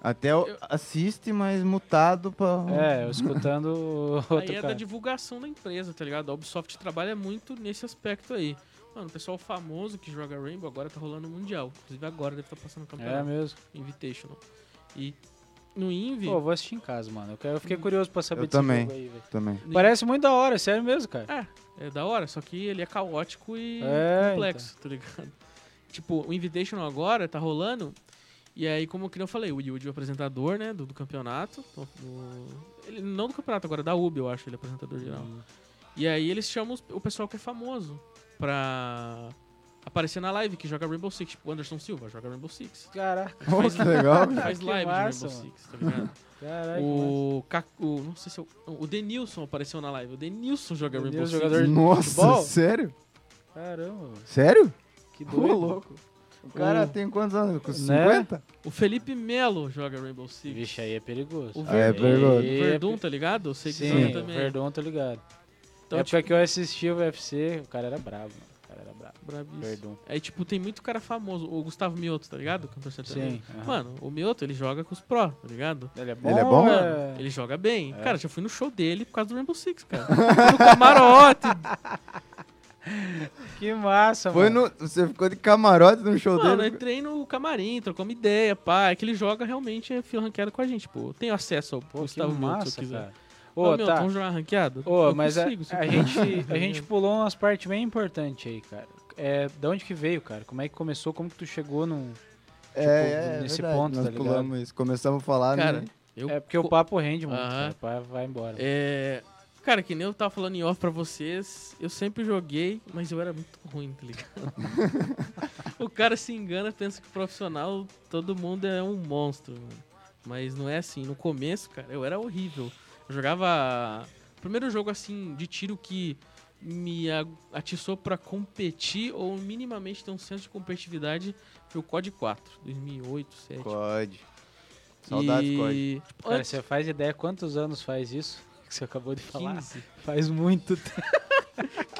Até o- eu- assiste, mas mutado pra. É, eu escutando o outro aí é da cara. divulgação da empresa, tá ligado? A Ubisoft trabalha muito nesse aspecto aí. Mano, o pessoal famoso que joga Rainbow agora tá rolando o Mundial. Inclusive agora deve estar passando o É campeonato mesmo. Invitational. E no Invi. Pô, eu vou assistir em casa, mano. Eu, quero- eu fiquei curioso pra saber Eu desse também. jogo aí, velho. um Também. no Parece muito da hora, sério mesmo, cara. É da hora, só que ele é caótico e É, complexo, tá ligado? Tipo, o Invitational agora tá rolando. E aí, como que eu falei, o Yuji é o apresentador, né, do, do campeonato. do- do- ele, não do campeonato agora, da UB, eu acho, ele é apresentador geral. Hum. E aí eles chamam os- o pessoal que é famoso pra aparecer na live, que joga Rainbow Six. Tipo, o Anderson Silva joga Rainbow Six. Caraca, Pô, que legal. cara. Faz Ah, que live massa, É, de Rainbow mano. Six, tá ligado? caraca. mano. o, Kaku, não sei se é o, o Denilson apareceu na live. O Denilson joga Rainbow Denilson, Six. jogador de Nossa, futebol? sério? Caramba, Sério? que Ô, doido. louco. O cara O- tem quantos anos? Com Né? 50? O Felipe Melo joga Rainbow Six. Vixe, aí é perigoso. O Ah, é Verdun, perigoso. o Verdun, tá ligado? Eu sei que Sim, joga também. o Verdun, É tô ligado. Então, Na época tipo, que eu assisti o UFC, o cara era brabo, mano. O cara era brabo. brabíssimo. Verdun. Aí, tipo, tem muito cara famoso. O Gustavo Mioto, tá ligado? Cantor sertanejo. Sim. aham. Mano, o Mioto, ele joga com os pró, tá ligado? Ele é bom? Ele é bom? é? Ele joga bem. Cara, já fui no show dele por causa do Rainbow Six, cara. Fui no camarote. é Que massa, Foi mano. no, você ficou de camarote no show Mano, eu então, dele? entrei no camarim, trocamos ideia, pá. É que ele joga realmente é fio ranqueado com a gente, pô. Eu tenho acesso ao Pô, que Gustavo Mioto, se massa, eu quiser. cara. Ô, Ô, Mioto, tá. vamos jogar ranqueado? Ô, Eu mas a- consigo, se a, eu quiser. gente, a gente pulou umas partes bem importantes aí, cara. É, da onde que veio, cara? Como é que começou? Como que tu chegou num... tipo, nesse ponto, É, nós tá ligado? pulamos isso. Começamos a falar, Cara, né? eu É porque o papo rende muito, Aham. cara. O papo vai embora. É. Cara, que nem eu tava falando em off pra vocês, eu sempre joguei, mas eu era muito ruim, tá ligado? o cara se engana, pensa que profissional, todo mundo é um monstro, mano. Mas não é assim. No começo, cara, eu era horrível. Eu jogava. O primeiro jogo, assim, de tiro que me a- atiçou pra competir ou minimamente ter um senso de competitividade foi o COD 4, 2008, 2007. COD. Saudades, COD. e... Cara, Antes, você faz ideia quantos anos faz isso que você acabou de falar? 15. Faz muito tempo.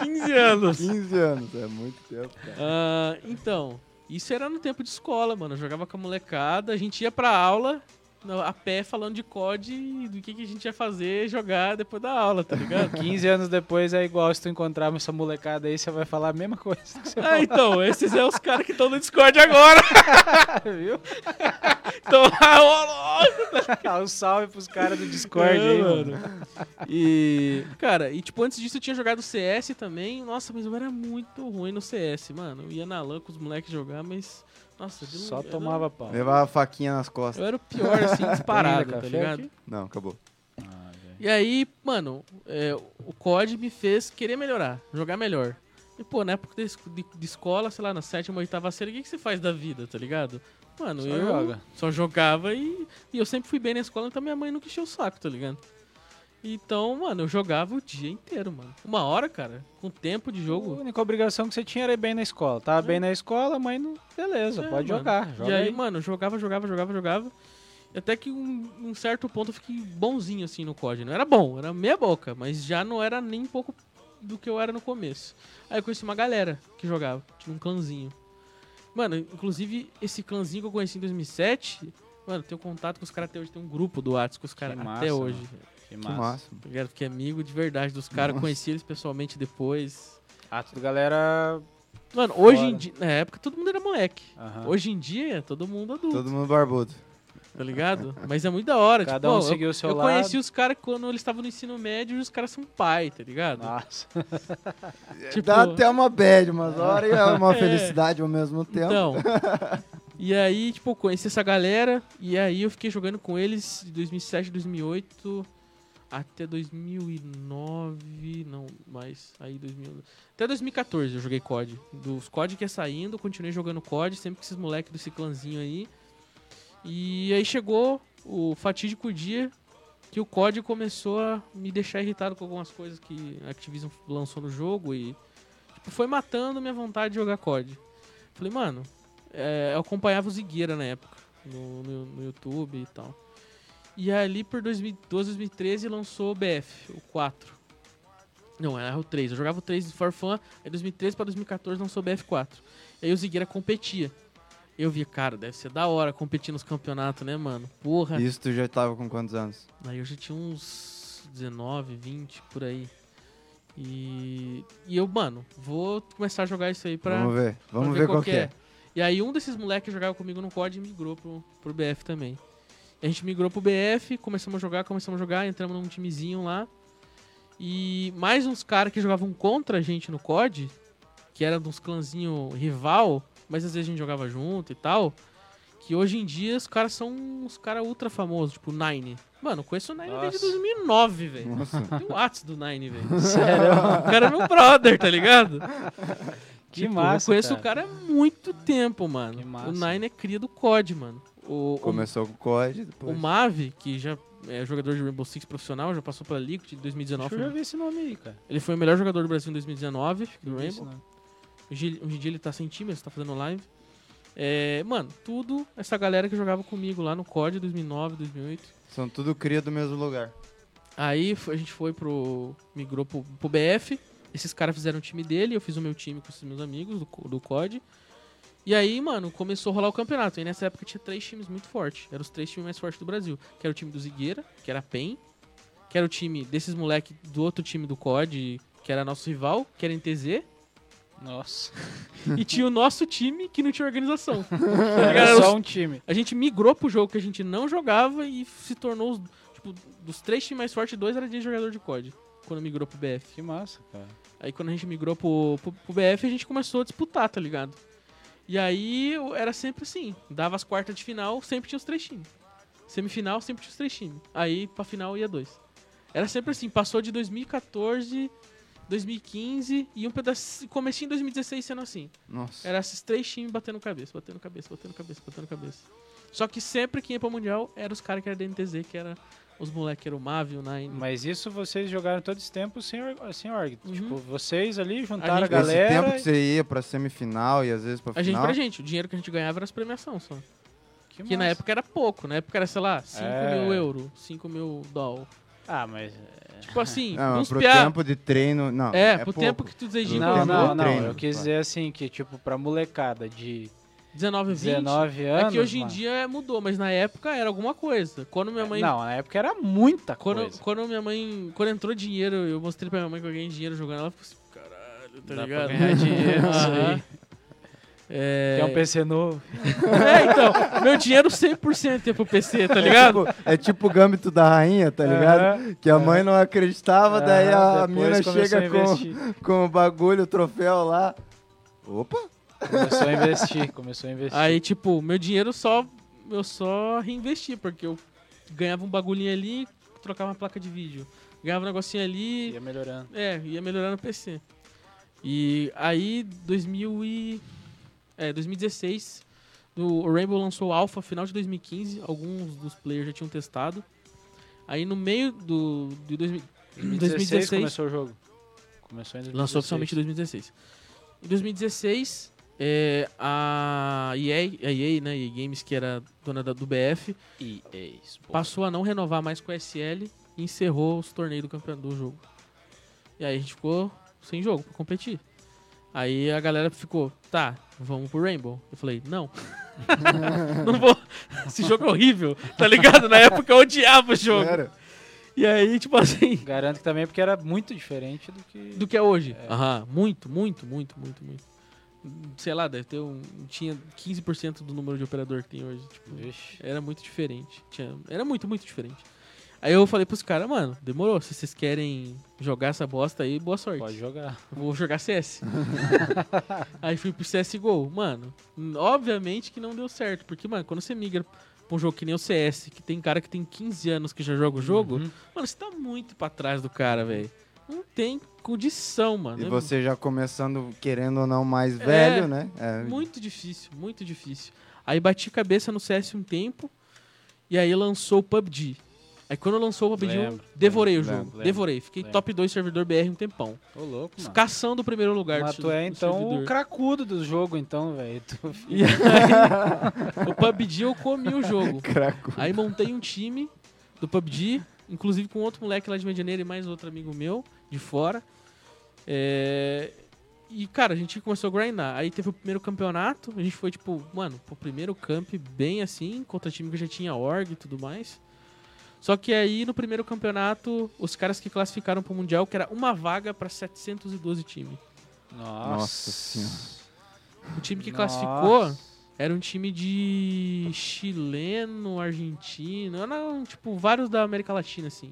15 anos. 15 anos, é muito tempo, cara. Ah, então, isso era no tempo de escola, mano. Eu jogava com a molecada, a gente ia pra aula no- a pé falando de COD e do que, que a gente ia fazer jogar depois da aula, tá ligado? 15 anos depois é igual se tu encontrar essa molecada aí, você vai falar a mesma coisa que você ah, então, esses é os caras que estão no Discord agora, viu? estão lá, ó, ó, um salve pros caras do Discord aí, É, mano. E, cara, e tipo, antes disso eu tinha jogado CS também. Nossa, mas eu era muito ruim no CS, mano. Eu ia na LAN com os moleques jogar, mas. Nossa, eu Só era- tomava pau. Levava a faquinha nas Eu costas. era o pior, assim, disparado, Ainda tá café ligado? aqui? Não, acabou. E aí, mano, é, o COD me fez querer melhorar, jogar melhor. E, pô, na época de, es- de- de escola, sei lá, na sétima, oitava série, o que, que você faz da vida, tá ligado? Mano, Só eu joga. só jogava e, e eu sempre fui bem na escola, então minha mãe nunca encheu o saco, tá ligado? Então, mano, eu jogava o dia inteiro, mano. Uma hora, cara, com tempo de A jogo. única obrigação que você tinha era ir bem na escola. Tava bem na escola, mas não... beleza, É, pode mano. jogar. Joga e aí, aí. mano, jogava, jogava, jogava, jogava. E Até que um, um certo ponto eu fiquei bonzinho assim no COD. Não era bom, era meia boca, mas já não era nem um pouco do que eu era no começo. Aí eu conheci uma galera que jogava, tinha um clãzinho. Mano, inclusive esse clãzinho que eu conheci em 2007, mano, tenho contato com os caras até hoje, tem um grupo do WhatsApp com os caras Que até massa, hoje. mano. Que Que máximo. Tá ligado? Fiquei amigo de verdade dos caras, conheci eles pessoalmente depois. Ah, tudo galera. Mano, hoje em Fora. dia, na época todo mundo era moleque. Aham. Hoje em dia, todo mundo adulto. Todo mundo barbudo. tá ligado? Mas é muito da hora. Cada tipo, um eu- seguiu o seu eu lado. conheci os caras quando eles estavam no ensino médio e os caras são pai, tá ligado? Nossa. Tipo, Dá até uma bad, mas hora é uma É. felicidade ao mesmo tempo. então. e aí, tipo, eu conheci essa galera e aí eu fiquei jogando com eles de 2007, 2008 até 2009, não, mais aí 2000, até 2014 eu joguei COD. Dos COD que é saindo, eu continuei jogando COD, sempre com esses moleques desse clãzinho aí. E aí chegou o fatídico dia que o COD começou a me deixar irritado com algumas coisas que a Activision lançou no jogo e tipo, foi matando minha vontade de jogar COD. Falei, mano, é, eu acompanhava o Zigueira na época, no, no- no YouTube e tal. E ali por 2012, 2013 lançou o BF, o 4. Não, era o 3. Eu jogava o 3 de For Fun, aí 2013 pra 2014 lançou o BF4. E aí o Zigueira competia. Eu vi, cara, deve ser da hora competir nos campeonatos, né, mano? Porra. Isso tu já tava com quantos anos? Aí eu já tinha uns 19, 20 por aí. E, e eu, mano, vou começar a jogar isso aí pra. Vamos ver. pra Vamos ver qual que é. E aí um desses moleques que jogava comigo no COD migrou pro, pro BF também. E a gente migrou pro BF, começamos a jogar, começamos a jogar, entramos num timezinho lá. E mais uns caras que jogavam contra a gente no COD, que era de uns clãzinho rival, mas às vezes a gente jogava junto e tal. Que hoje em dia os caras são uns caras ultra famosos, tipo o Nine. Mano, eu conheço o Nine desde Nossa. 2009, velho. Tem o Whats do Nine, velho. Sério? O cara é meu brother, tá ligado? Que Tipo, massa. Eu conheço o cara há muito tempo, mano. Que massa. O Nine é cria do COD, mano. O, o, Começou com o COD, o depois. Mavi, que já é jogador de Rainbow Six profissional, já passou pela Liquid em Acho 2019. que eu já vi esse nome aí, cara. Ele foi o melhor jogador do Brasil em 2019, do Eu vi esse Rainbow. nome. Hoje, ele- hoje em dia ele tá sem time, ele tá fazendo live. É, mano, tudo essa galera que jogava comigo lá no COD 2009, 2008. São tudo cria do mesmo lugar. Aí f- a gente foi pro. migrou pro, pro BF. Esses caras fizeram o time dele, eu fiz o meu time com esses meus amigos do, co- do COD. E aí, mano, começou a rolar o campeonato. E nessa época tinha três times muito fortes. Eram os três times mais fortes do Brasil. Que era o time do Zigueira, que era a PEN. Que era o time desses moleque do outro time do COD, que era nosso rival, que era NTZ. Nossa. e tinha o nosso time que não tinha organização. Era Era só os- um time. A gente migrou pro jogo que a gente não jogava e se tornou, os- tipo, dos três times mais fortes, dois era de jogador de COD. Quando migrou pro BF. Que massa, cara. Aí quando a gente migrou pro, pro, pro BF, a gente começou a disputar, tá ligado? E aí eu- era sempre assim, dava as quartas de final, sempre tinha os três times. Semifinal, sempre tinha os três times. Aí pra final ia dois. Era sempre assim, passou de 2014, 2015 e um pedacinho, comecinho em 2016 sendo assim. Nossa. Era esses três times batendo cabeça, batendo cabeça, batendo cabeça, batendo cabeça. Só que sempre quem ia pro Mundial era os caras que era DNTZ, que era os moleques, que era o Mavi, o Nine. Mas isso vocês jogaram todo esse tempo sem, or- sem org. Uhum. Tipo, vocês ali juntaram a, gente- Esse galera. Esse tempo que você ia pra semifinal e às vezes pra A gente final. pra gente, o dinheiro que a gente ganhava era as premiações só. Que, Que na massa. época era pouco, na época era, sei lá, 5 É. mil euros, 5 mil dólar. Ah, mas. Tipo assim, Não, uns pro piá- tempo de treino. Não, É, é pro pouco. tempo que tu exigia Não, tempo Não, não, do não. treino, eu quis claro. dizer assim, que tipo, pra molecada de 19, 20. 19 anos. é que hoje em mano. É, dia mudou, mas na época era alguma coisa. Quando minha mãe. Não, na época era muita Quando, coisa. quando minha mãe. Quando entrou dinheiro, eu mostrei pra minha mãe que eu ganhei dinheiro jogando, ela ficou assim, caralho, Dá tá pra ligado? ganhar dinheiro, isso aí. Aham. É... Tem um PC novo. é, então, meu dinheiro 100% ia pro PC, tá ligado? É tipo o gâmbito da rainha, tá ligado? Aham. Que a mãe não acreditava, daí a, Aham, a É. depois mina começou a chega com, investir. com o bagulho, o troféu lá. Opa! Começou a investir, começou a investir. Aí, tipo, meu dinheiro só. Eu só reinvesti, porque eu ganhava um bagulhinho ali, trocava uma placa de vídeo. Ganhava um negocinho ali, ia melhorando. é, ia melhorando o PC. E aí, 2000 e. É, 2016, do- o Rainbow lançou o Alpha final de 2015, alguns dos players já tinham testado. Aí no meio do. de 2000 2016 2016 começou o jogo. Começou em 2016. Lançou oficialmente em 2016. Em 2016, é, a EA, a EA, né, EA Games, que era dona da- do BF, EA Sports. passou a não renovar mais com o SL e encerrou os torneios do campeonato do jogo. E aí a gente ficou sem jogo pra competir. Aí a galera ficou, tá, vamos pro Rainbow. Eu falei, não. não vou. Esse jogo é horrível, tá ligado? Na época eu odiava o jogo. Sério? E aí, tipo assim, Garanto que também porque era muito diferente do que. do que é hoje. Aham, muito, muito, muito, muito, muito. Sei lá, deve ter um. Tinha 15% do número de operador que tem hoje. Tipo, Vixe. era muito diferente. Tinha, era muito, muito diferente. Aí eu falei pros caras, mano, demorou. Se vocês querem jogar essa bosta aí, boa sorte. Pode jogar. Eu Vou jogar CS. aí fui pro CSGO. Mano, obviamente que não deu certo. Porque, mano, quando você migra pra um jogo que nem o CS, que tem cara que tem 15 anos que já joga o jogo, Uhum. mano, você tá muito pra trás do cara, velho. Não tem condição, mano. E É você já começando, querendo ou não, mais É, velho, né? É, Muito difícil, muito difícil. Aí bati cabeça no CS um tempo, e aí lançou o PUBG. Aí quando lançou o PUBG, eu Lembro, devorei o lembro, jogo. lembro. devorei. Fiquei Lembro. top 2 servidor BR um tempão. Ô, louco, mano. Caçando o primeiro lugar Mas do, tu é do então o servidor. cracudo do jogo, então, velho. Tu E aí, o PUBG eu comi o jogo. Craco. Aí montei um time do PUBG, inclusive com outro moleque lá de Medianeira e mais outro amigo meu, de fora. É, E, cara, a gente começou a grindar. Aí teve o primeiro campeonato, a gente foi, tipo, mano, pro primeiro camp bem assim, contra time que já tinha org e tudo mais. Só que aí, no primeiro campeonato, os caras que classificaram pro Mundial, que era uma vaga pra 712 times. Nossa, Nossa Senhora. O time que Nossa. classificou Era um time de chileno, argentino, era um, tipo vários da América Latina, assim.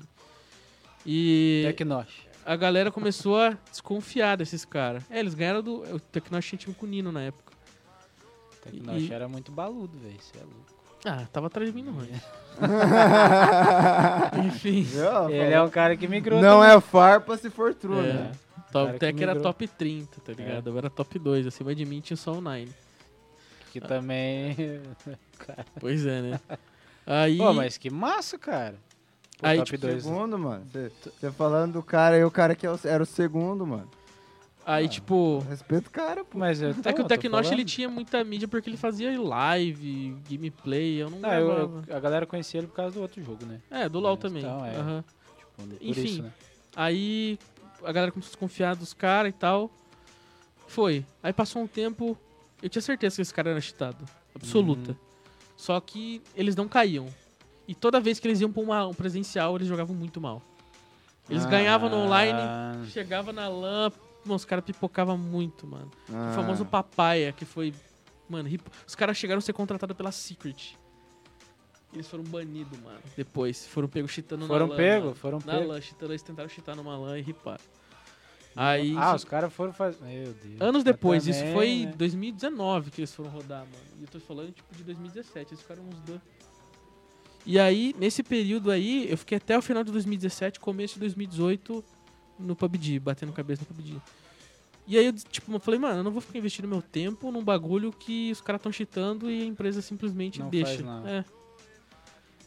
E É Tecnosh. a galera começou a desconfiar desses caras. É, eles ganharam do. O Tecnosh tinha time com o Nino na época. Tecnosh E- era muito baludo, velho. Você é louco. Ah, tava atrás de mim no ranking. Enfim. Ele é um cara que migrou. Não também. é farpa se for true, É. né? Top que Tech era migrou. É. top 30, tá ligado? Eu era top 2, acima de mim tinha só o Nine. é. Que também. Pois é, né? Aí. Pô, mas que massa, cara. Pô, Aí, top tipo, dois. Segundo, mano. Você falando do cara aí, o cara que é o- era o segundo, mano. Aí, tipo. Respeito o cara, pô. Mas eu, É então, que o eu tô Tecnosh falando. ele tinha muita mídia porque ele fazia live, gameplay, eu não Não, eu- eu- gravava. a galera conhecia ele por causa do outro jogo, né? É, do LoL Mas, também. então, Ah, é. Aham. Tipo, por Enfim. isso, né? Aí a galera começou a desconfiar dos caras e tal. Foi. Aí passou um tempo, eu tinha certeza que esse cara era cheatado. Absoluta. Uhum. Só que eles não caíam. E toda vez que eles iam pra uma- um presencial, eles jogavam muito mal. Eles ganhavam no online, Ah, chegava na LAN, mano, os caras pipocavam muito, mano. Ah, O famoso papaya, que foi. Mano, hip- os caras chegaram a ser contratados pela Secret. Eles foram banidos, mano. Depois, foram pegos cheatando Foram na LAN. pego, mano. foram na pego. LAN, cheatando, eles tentaram cheatar numa LAN e riparam. Aí. Ah, os isso- caras foram fazer. Meu Deus. Mas Anos depois, também, isso foi em né? 2019 que eles foram rodar, mano. E eu tô falando tipo de 2017, eles ficaram uns dois. E aí, nesse período aí, eu fiquei até o final de 2017, começo de 2018 no PUBG, batendo cabeça no PUBG. E aí eu, tipo, eu falei, mano, eu não vou ficar investindo meu tempo num bagulho que os caras estão cheatando e a empresa simplesmente Não deixa. faz nada. É.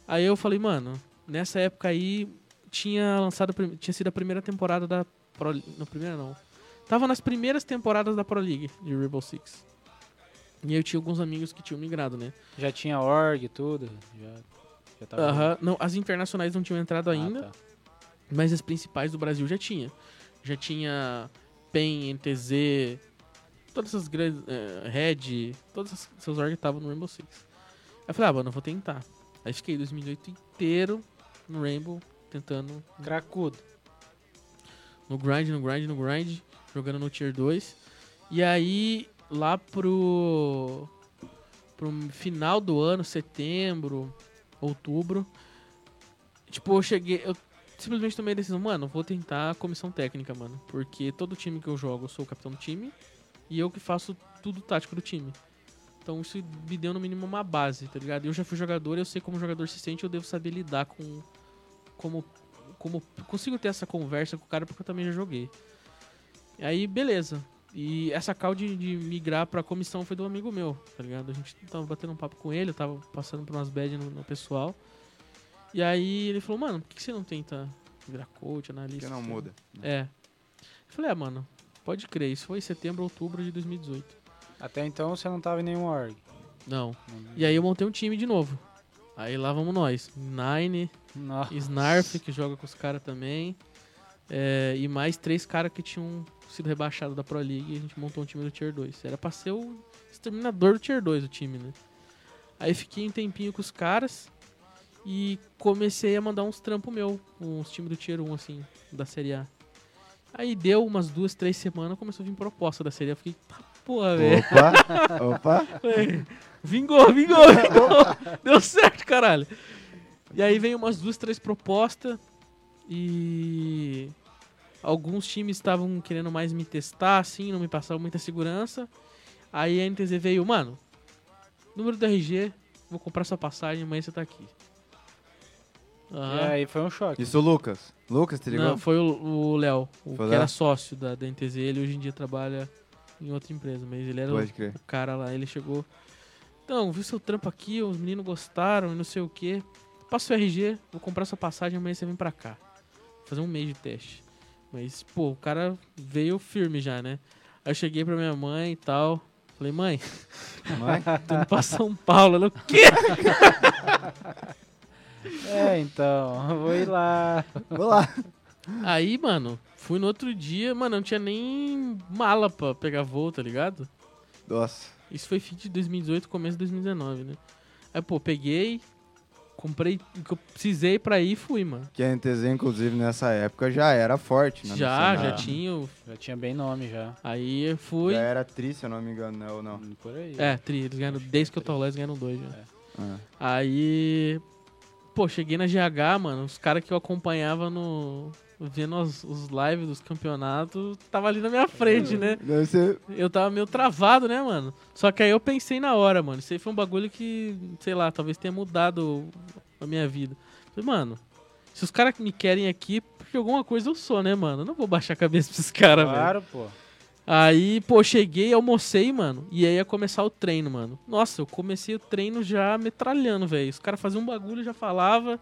Aí eu falei, mano, nessa época aí tinha lançado, a prim- tinha sido a primeira temporada da Pro League. Não, primeira não. Tava nas primeiras temporadas da Pro League de Rainbow Six. E eu tinha alguns amigos que tinham migrado, né? Já tinha org e tudo. Já, já tava. Aham. Não, as internacionais não tinham entrado Ah, ainda. tá. Mas as principais do Brasil já tinha. Já tinha PEN, NTZ, todas essas grandes. eh, Red, todas essas, essas orgs estavam no Rainbow Six. Aí eu falei, ah, mano, eu vou tentar. Aí fiquei 2008 inteiro no Rainbow, tentando. tá. Cracudo. No grind, no grind, no grind, jogando no Tier 2. E aí, lá pro. pro final do ano, setembro, outubro. Tipo, eu cheguei. Eu simplesmente tomei a decisão, mano, vou tentar a comissão técnica, mano. Porque todo time que eu jogo, eu sou o capitão do time. E eu que faço tudo tático do time. Então isso me deu no mínimo uma base, tá ligado? Eu já fui jogador, eu sei como um jogador se sente, eu devo saber lidar com. Como. Como. Consigo ter essa conversa com o cara porque eu também já joguei. E aí, beleza. E essa call de, de migrar pra comissão foi do amigo meu, tá ligado? A gente tava batendo um papo com ele, eu tava passando por umas bad no, no pessoal. E aí ele falou, mano, por que, que você não tenta virar coach, analista? que não muda. É. Eu falei, ah, mano, pode crer, isso foi em setembro, outubro de 2018. Até então você não tava em nenhum org. Não. E aí eu montei um time de novo. Aí lá vamos nós. Nine, Snarf, que joga com os caras também. é, e mais três caras que tinham sido rebaixados da Pro League e a gente montou um time do Tier 2. Era pra ser o exterminador do Tier 2 o time, né? Aí fiquei um tempinho com os caras e comecei a mandar uns trampos meu, uns times do Tier 1, assim, da Série A. Aí deu umas duas, três semanas, começou a vir proposta da Série A. Eu Fiquei, tá porra, velho. Opa, opa. Falei, Vingou, vingou, vingou. Deu certo, caralho. E aí veio umas duas, três propostas. E. Alguns times estavam querendo mais me testar, assim, não me passavam muita segurança. Aí a NTZ veio, mano, número do RG, vou comprar sua passagem, amanhã você tá aqui. E Aham. aí foi um choque. Isso o Lucas. Lucas, tá te ligou? Não, foi o- o Léo, Foi o o que era Léo? sócio da, da NTZ. Ele hoje em dia trabalha em outra empresa, mas ele era o- Pode crer. o cara lá, ele chegou. Então, viu seu trampo aqui, os meninos gostaram e não sei o que. Passa o RG, vou comprar sua passagem, amanhã você vem pra cá. Fazer um mês de teste. Mas, pô, o cara veio firme já, né? Aí eu cheguei pra minha mãe e tal. Falei, mãe, Mãe? tô indo pra São Paulo. Ela, o quê? É, então, eu vou ir lá. Vou lá. Aí, mano, fui no outro dia, mano, não tinha nem mala pra pegar voo, tá ligado? Nossa. Isso foi fim de 2018, começo de 2019, né? Aí, pô, peguei, comprei o que eu precisei pra ir e fui, mano. Que a NTZ, inclusive, nessa época já era forte, né? no já, cenário. já tinha. o- Já tinha bem nome já. Aí eu fui. Já É, era tri, se eu não me engano, né? Ou não. Por aí. tri, eles ganharam. Desde que eu tô lá, eles ganharam dois já. É. Ah. Aí. Pô, cheguei na GH, mano. Os caras que eu acompanhava no. Vendo os, os lives dos campeonatos, tava ali na minha frente, né? Deve ser. Eu tava meio travado, né, mano? Só que aí eu pensei na hora, mano. Isso aí foi um bagulho que, sei lá, talvez tenha mudado a minha vida. Falei, mano, se os caras me querem aqui, porque alguma coisa eu sou, né, mano? Eu não vou baixar a cabeça pra esses caras, velho. Claro, pô. Aí, pô, cheguei, almocei, mano. E aí ia começar o treino, mano. Nossa, eu comecei o treino já metralhando, velho. Os caras faziam um bagulho, já falava.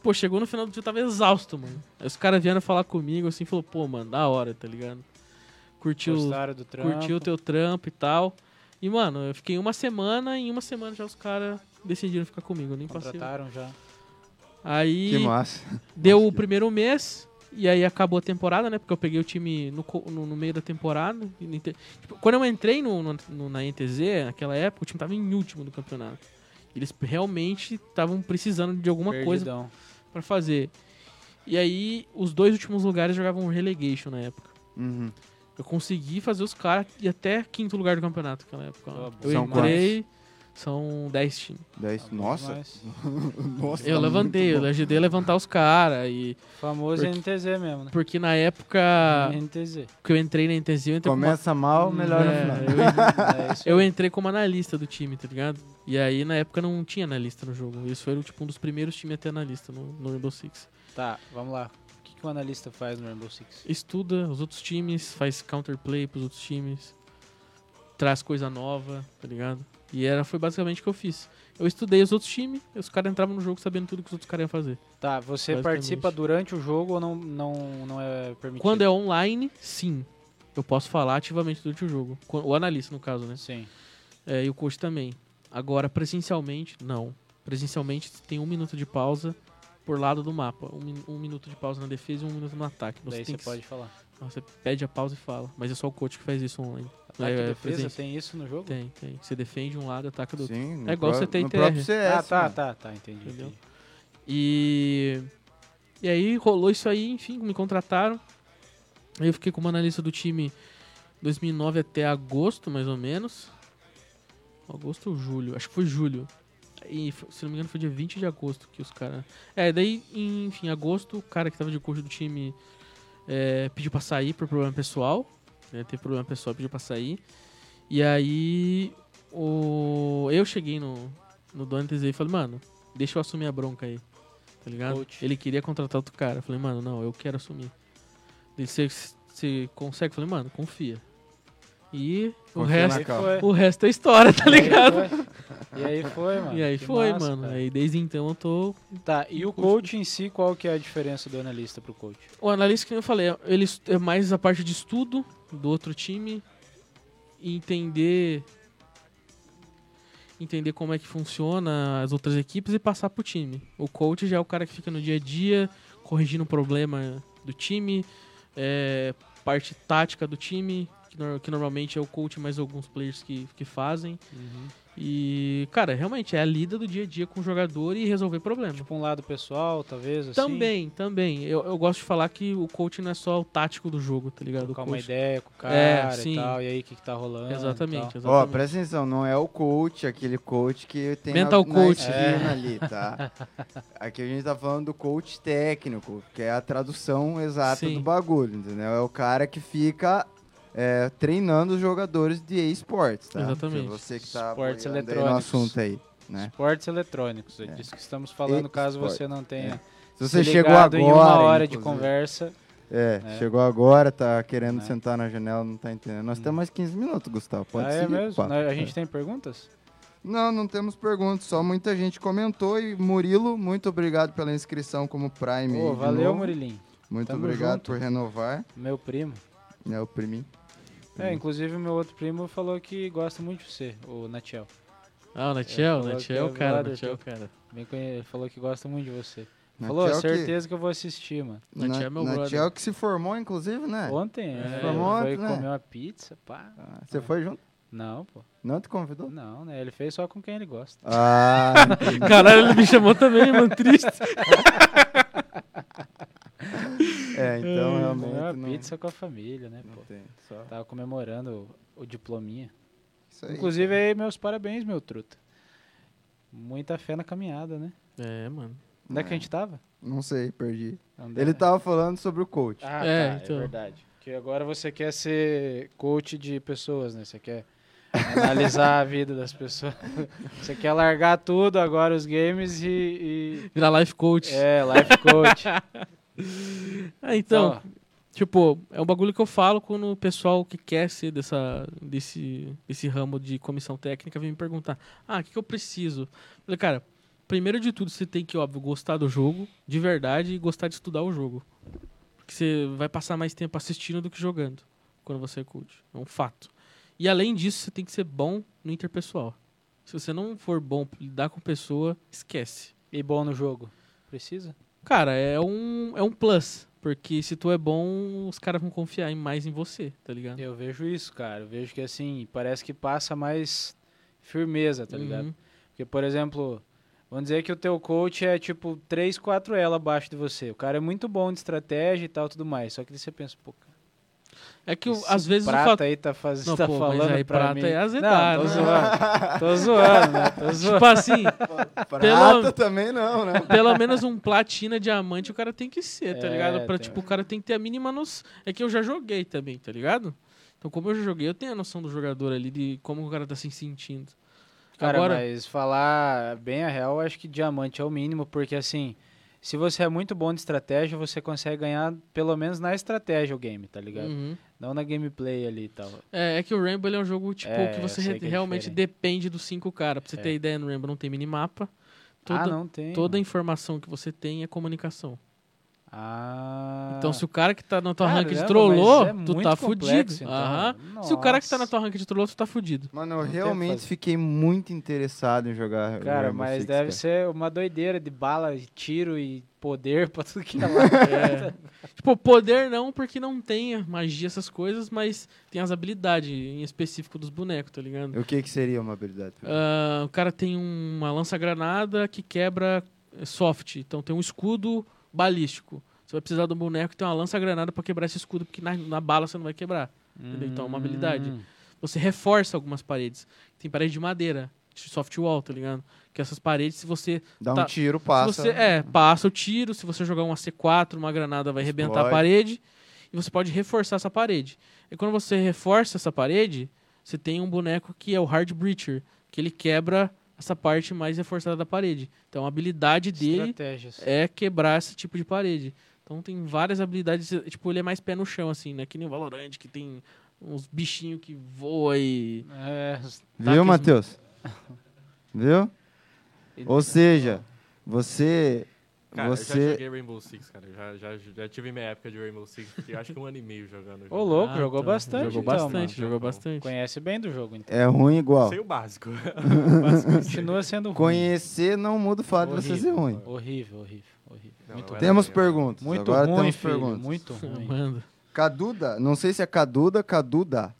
Pô, chegou no final do dia, eu tava exausto, mano. Aí os caras vieram falar comigo, assim, falou, pô, mano, da hora, tá ligado? curtiu, os- Gostaram do trampo. curtiu o teu trampo e tal. E, mano, eu fiquei uma semana, e em uma semana já os caras decidiram ficar comigo, eu nem passei. Contrataram já. Aí Que é. massa. deu o primeiro mês, e aí acabou a temporada, né? Porque eu peguei o time no, co- no, no meio da temporada. e no inte- tipo, quando eu entrei no, no- no- na NTZ, naquela época, o time tava em último do campeonato. Eles realmente estavam precisando de alguma coisa Perdidão. pra fazer. E aí, os dois últimos lugares jogavam relegation na época. Uhum. Eu consegui fazer os caras ir até quinto lugar do campeonato naquela época. Tá bom. eu São entrei, são 10 times. Daí, Tá bom nossa. demais. nossa. Eu tá levantei, muito eu bom. ajudei a levantar os caras. E... Famoso NTZ mesmo, né? Porque na época NTZ. que eu entrei na NTZ, eu entrei, com uma- Começa mal, melhor no É, final. É isso aí. eu entrei como analista do time, tá ligado? E aí na época não tinha analista no jogo. Eles foram tipo um dos primeiros times a ter analista no, no Rainbow Six. Tá, vamos lá. O que, que um analista faz no Rainbow Six? Estuda os outros times, faz counterplay pros outros times, traz coisa nova, tá ligado? E era, foi basicamente o que eu fiz. Eu estudei os outros times, e os caras entravam no jogo sabendo tudo que os outros caras iam fazer. Tá, você Basicamente. participa durante o jogo ou não, não, não é permitido? Quando é online, sim. Eu posso falar ativamente durante o jogo. Qu- O analista, no caso, né? Sim. É, e o coach também. Agora, presencialmente, não. Presencialmente tem um minuto de pausa por lado do mapa. Um, min- um minuto de pausa na defesa e um minuto no ataque. Você, Daí tem você que- pode falar. Você pede a pausa e fala. Mas é só o coach que faz isso online. Ataque é, e é, defesa, presença. tem isso no jogo? Tem, tem. Você defende um lado, ataca do outro. Sim, no É igual pró- CTR. No próprio CS. né? Ah, tá, mano. tá, tá, entendi. Entendeu? entendi. E. E aí rolou isso aí, enfim, me contrataram. Aí eu fiquei como analista do time 2009 até agosto, mais ou menos. Agosto ou julho? Acho que foi julho. E, f- se não me engano, foi dia 20 de agosto que os caras. É, daí, em- enfim, agosto, o cara que tava de curso do time é, pediu pra sair por problema pessoal. Né, teve problema pessoal, pediu pra sair. E aí, o... eu cheguei no, no Dantes e falei, mano, deixa eu assumir a bronca aí. Tá ligado? Coach. Ele queria contratar outro cara. Eu falei, mano, não, eu quero assumir. Ele, você consegue? Eu falei, mano, confia. E o Confia resto, na E aí calma. foi. o resto é história, tá ligado? E aí foi, mano. E aí Que foi, massa, mano. cara. Aí desde então eu tô. Tá, e o coach em si, qual que é a diferença do analista pro coach? O analista, que nem eu falei, ele est- é mais a parte de estudo do outro time e entender. Entender como é que funciona as outras equipes e passar pro time. O coach já é o cara que fica no dia a dia, corrigindo o problema do time, é, parte tática do time, que, nor- que normalmente é o coach mais alguns players que, que fazem. E, cara, realmente é a lida do dia a dia com o jogador e resolver problema. Tipo um lado pessoal, talvez, assim? Também, também. Eu, eu gosto de falar que o coaching não é só o tático do jogo, tá ligado? O Trocar uma coaching- ideia com o cara É, e sim. tal, e aí o que, que tá rolando. e Exatamente, tal. Ó, exatamente. presta atenção, não é o coach, aquele coach que tem Mental a, na coach. É. esquina ali, tá? Aqui a gente tá falando do coach técnico, que é a tradução exata Sim. do bagulho, entendeu? É o cara que fica é, treinando os jogadores de esportes, tá? Exatamente. Que é Você que tá apoiando Esportes aí no eletrônicos. assunto aí, né? Esportes eletrônicos, é É. disso que estamos falando, E caso esporte. você não tenha Se se você chegou ligado agora... em uma hora de inclusive- conversa. É, né? chegou agora, tá querendo Né? sentar na janela, não tá entendendo. Nós temos mais 15 minutos, Gustavo, pode Hum. ah, é seguir, mesmo? pá. Nós- A gente tem perguntas? Não, não temos perguntas, só muita gente comentou. E Murilo, muito obrigado pela inscrição como Prime. aí Pô, de valeu, novo. Murilim. Muito Tamo obrigado junto. por renovar, Meu primo. né, o priminho. É, inclusive meu outro primo falou que gosta muito de você, o Natiel. Ah, o Natiel, Eu o falo que é Natiel, é o cara, brother, Natiel, teu. cara. Bem conhe- Ele falou que gosta muito de você. Natiel falou, que- certeza que eu vou assistir, mano. Na- Natiel é meu Natiel brother. que se formou, inclusive, né? Ontem, É, ele foi ontem, foi né? comer uma pizza, pá. Ah, Você foi junto? Não, pô. Não te convidou? Não, né? Ele fez só com quem ele gosta. Ah, Caralho, ele me chamou também, mano, triste. é, então realmente Comeu uma não, pizza com a família, né, não tá. pô. tem. Só Tava comemorando o, o diplominha. isso aí. Inclusive, aí, meus parabéns, meu truta. Muita fé na caminhada, né? É, mano. Onde é que a gente tava? Não sei, perdi. André? Ele tá- tava falando sobre o coach. É. Ah, É, tá, então. é verdade. Porque agora você quer ser coach de pessoas, né? Você quer analisar a vida das pessoas. Você quer largar tudo agora, os games e... Virar life e- coach. É, life coach. Ah, então, Ó, tipo, é um bagulho que eu falo quando o pessoal que quer ser dessa, desse, desse ramo de comissão técnica vem me perguntar: ah, o que, que eu preciso? Eu falei, cara, primeiro de tudo, você tem que, óbvio, gostar do jogo, de verdade, e gostar de estudar o jogo. Porque você vai passar mais tempo assistindo do que jogando. quando você é coach. É um fato. E além disso, você tem que ser bom no interpessoal. Se você não for bom pra lidar com pessoa, esquece. E bom no jogo. Precisa? Cara, é um, é um plus. Porque se tu é bom, os caras vão confiar em- mais em você, tá ligado? Eu vejo isso, cara. Eu vejo que assim, parece que passa mais firmeza, tá ligado? Uhum. Porque, por exemplo, vamos dizer que o teu coach é tipo 3, 4 ela abaixo de você. O cara é muito bom de estratégia e tal, tudo mais. Só que daí você pensa, pô, cara, É que o- esse às vezes o prata fato. aí tá, faz... Não, tá pô, mas falando aí pra prata mim. é azedar, Não, tô né? zoando. Tô zoando, né? Tô zoando. Tipo assim, Prata também não, né? pelo menos um platina, diamante, o cara tem que ser, tá É, ligado? Pra, tem- tipo, o cara tem que ter a mínima noção. É que eu já joguei também, tá ligado? Então, como eu já joguei, eu tenho a noção do jogador ali, de como o cara tá se sentindo. Cara, Agora, mas falar bem a real, eu acho que diamante é o mínimo, porque assim, se você é muito bom de estratégia, você consegue ganhar pelo menos na estratégia o game, tá ligado? Uhum. Não na gameplay ali e tal. Ah, É, é que o Rainbow ele é um jogo tipo É, que eu você sei re- que é realmente diferente. É. depende dos cinco caras. Pra você ter ideia, no Rainbow não tem minimapa. Toda, ah, não tem. toda a mano. informação que você tem é comunicação. Ah. Então, se o cara que tá na tua Caramba, ranked mas trollou, é tu muito tá fudido. complexo, então, Aham. mano. Se o cara que tá na Nossa. tua ranked trollou, tu tá fudido. Mano, eu Não tem o que realmente fazer. fiquei muito interessado em jogar. Cara, Rainbow mas Six, deve cara. ser uma doideira de bala, de tiro e poder pra tudo que é lá. É. tipo, poder não, porque não tem magia, essas coisas, mas tem as habilidades em específico dos bonecos, tá ligado? O que, que seria uma habilidade? Ah, o cara tem uma lança-granada que quebra eh, soft. Então tem um escudo balístico. Você vai precisar de um boneco que tem uma lança-granada pra quebrar esse escudo, porque na, na bala você não vai quebrar. Entendeu? Então é uma habilidade. Hum. Você reforça algumas paredes. Tem parede de madeira, de soft wall, tá ligado? Que essas paredes, se você. Dá tá. um tiro, se passa. você- é, passa o tiro. Se você jogar um uma C4, uma granada, vai arrebentar a Explode. parede. E você pode reforçar essa parede. E quando você reforça essa parede, você tem um boneco que é o Hard Breacher, que ele quebra essa parte mais reforçada da parede. Então a habilidade dele Estratégias. é quebrar esse tipo de parede. Então tem várias habilidades, eh, tipo, ele é mais pé no chão, assim, né? Que nem o Valorant, que tem uns bichinhos que voam e... É, Viu, ataques- Matheus? Viu? Ele- Ou seja, você. Cara, eu já você. joguei Rainbow Six, cara. Eu Já, já, já tive minha época de Rainbow Six, que eu acho que um ano e meio jogando. Ô, louco, Ah, jogou tá. bastante. Jogou então, mano. bastante, jogou bastante. Conhece bem do jogo, então. É ruim igual. Sei o básico. Continua sendo ruim. Conhecer não muda o fato de você ser ruim. Horrível, horrível, horrível. Não, muito não é ruim. Temos ruim, é perguntas. Muito Agora ruim, temos filho, perguntas. muito ruim. Manda. Caduda, não sei se é Caduda, Caduda.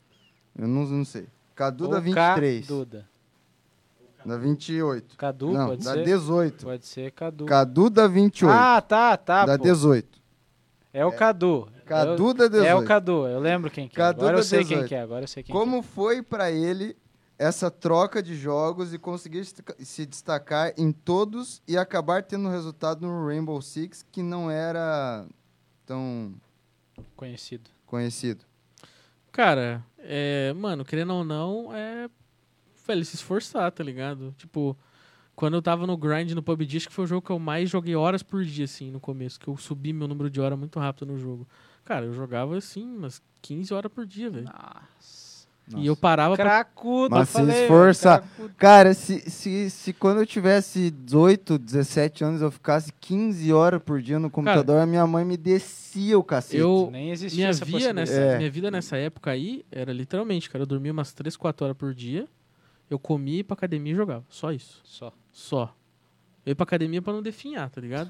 Eu não, não sei. Caduda Ou 23. Caduda. Da 28. Cadu, não, pode da ser? 18. Pode ser Cadu. Caduda 28. Ah, tá, tá, da pô. 18. É o Cadu. Cadu da é o, 18. é o Cadu, eu lembro quem que é. Cadu Agora eu da sei 18. quem que é, agora eu sei quem que Como foi pra ele essa troca de jogos e conseguir estra- se destacar em todos e acabar tendo um resultado no Rainbow Six que não era tão é. Conhecido. conhecido? Cara, é, mano, querendo ou não, é. Velho, se esforçar, tá ligado? Tipo, quando eu tava no grind no PUBG, acho que foi o jogo que eu mais joguei horas por dia, assim, no começo, que eu subi meu número de horas muito rápido no jogo. Cara, eu jogava assim, umas 15 horas por dia, velho. Nossa. E eu parava pra. Cracudo, Mas eu se falei. velho, esforça. cracudo. Cara, se, se, se quando eu tivesse 18, 17 anos eu ficasse 15 horas por dia no computador, a minha mãe me descia o cacete. Eu, Nem existia minha, essa via né? possibilidade. nessa, É. minha vida nessa época aí era literalmente, cara, eu dormia umas 3, 4 horas por dia, eu comia, ia pra academia e jogava. Só isso. É. Só. Só. Eu ia pra academia pra não definhar, tá ligado?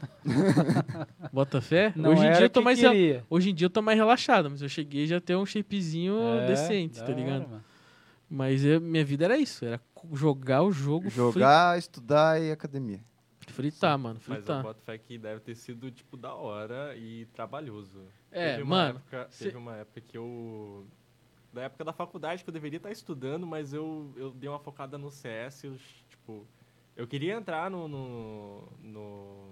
Bota fé? Não hoje, em era dia eu tô que mais rela- queria. hoje em dia eu tô mais relaxado, mas eu cheguei já a ter um shapezinho É, decente, da tá ligado? hora, É, mano. Mas eu- minha vida era isso, era co- jogar o jogo, Jogar, estudar e academia. fri- fritar, mano, Mas eu fritar. boto fé que deve ter sido, tipo, da hora e trabalhoso. É, teve mano, Uma época, cê- Teve uma época que eu... Da época da faculdade que eu deveria estar estudando, mas eu, eu dei uma focada no CS, eu, tipo... Eu queria entrar no... no, no-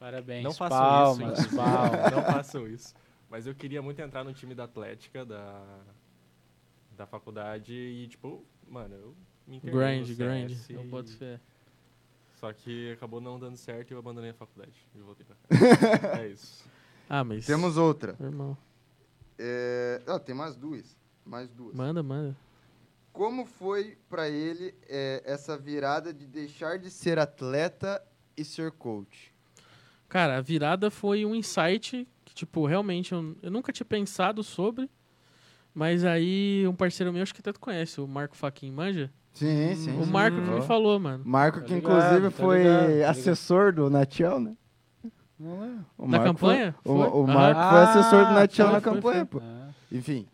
Parabéns. Não façam palmas, isso, inclusive. palmas. Não façam isso. Mas eu queria muito entrar no time da Atlética, da, da faculdade, e tipo, mano, eu me internei no Grind, CS grind. e- Eu boto fé. Só que acabou não dando certo e eu abandonei a faculdade. E voltei pra casa. é isso. Ah, mas. Temos outra. Irmão. É, ah, tem mais duas. Mais duas. Manda, manda. Como foi pra ele é, essa virada de deixar de ser atleta e ser coach? Cara, a virada foi um insight que, tipo, realmente eu, eu nunca tinha pensado sobre. Mas aí um parceiro meu, acho que até tu conhece, o Marco Faquin Manja. Sim, sim. O sim. Marco que Ó. me falou, mano. Marco, Tá que ligado, inclusive tá foi ligado, tá ligado. assessor do Natiel, né? O Na Marco foi- campanha? o, o Aham. Marco foi assessor do Ah, Natiel foi, na foi, campanha, pô. Ah, Enfim,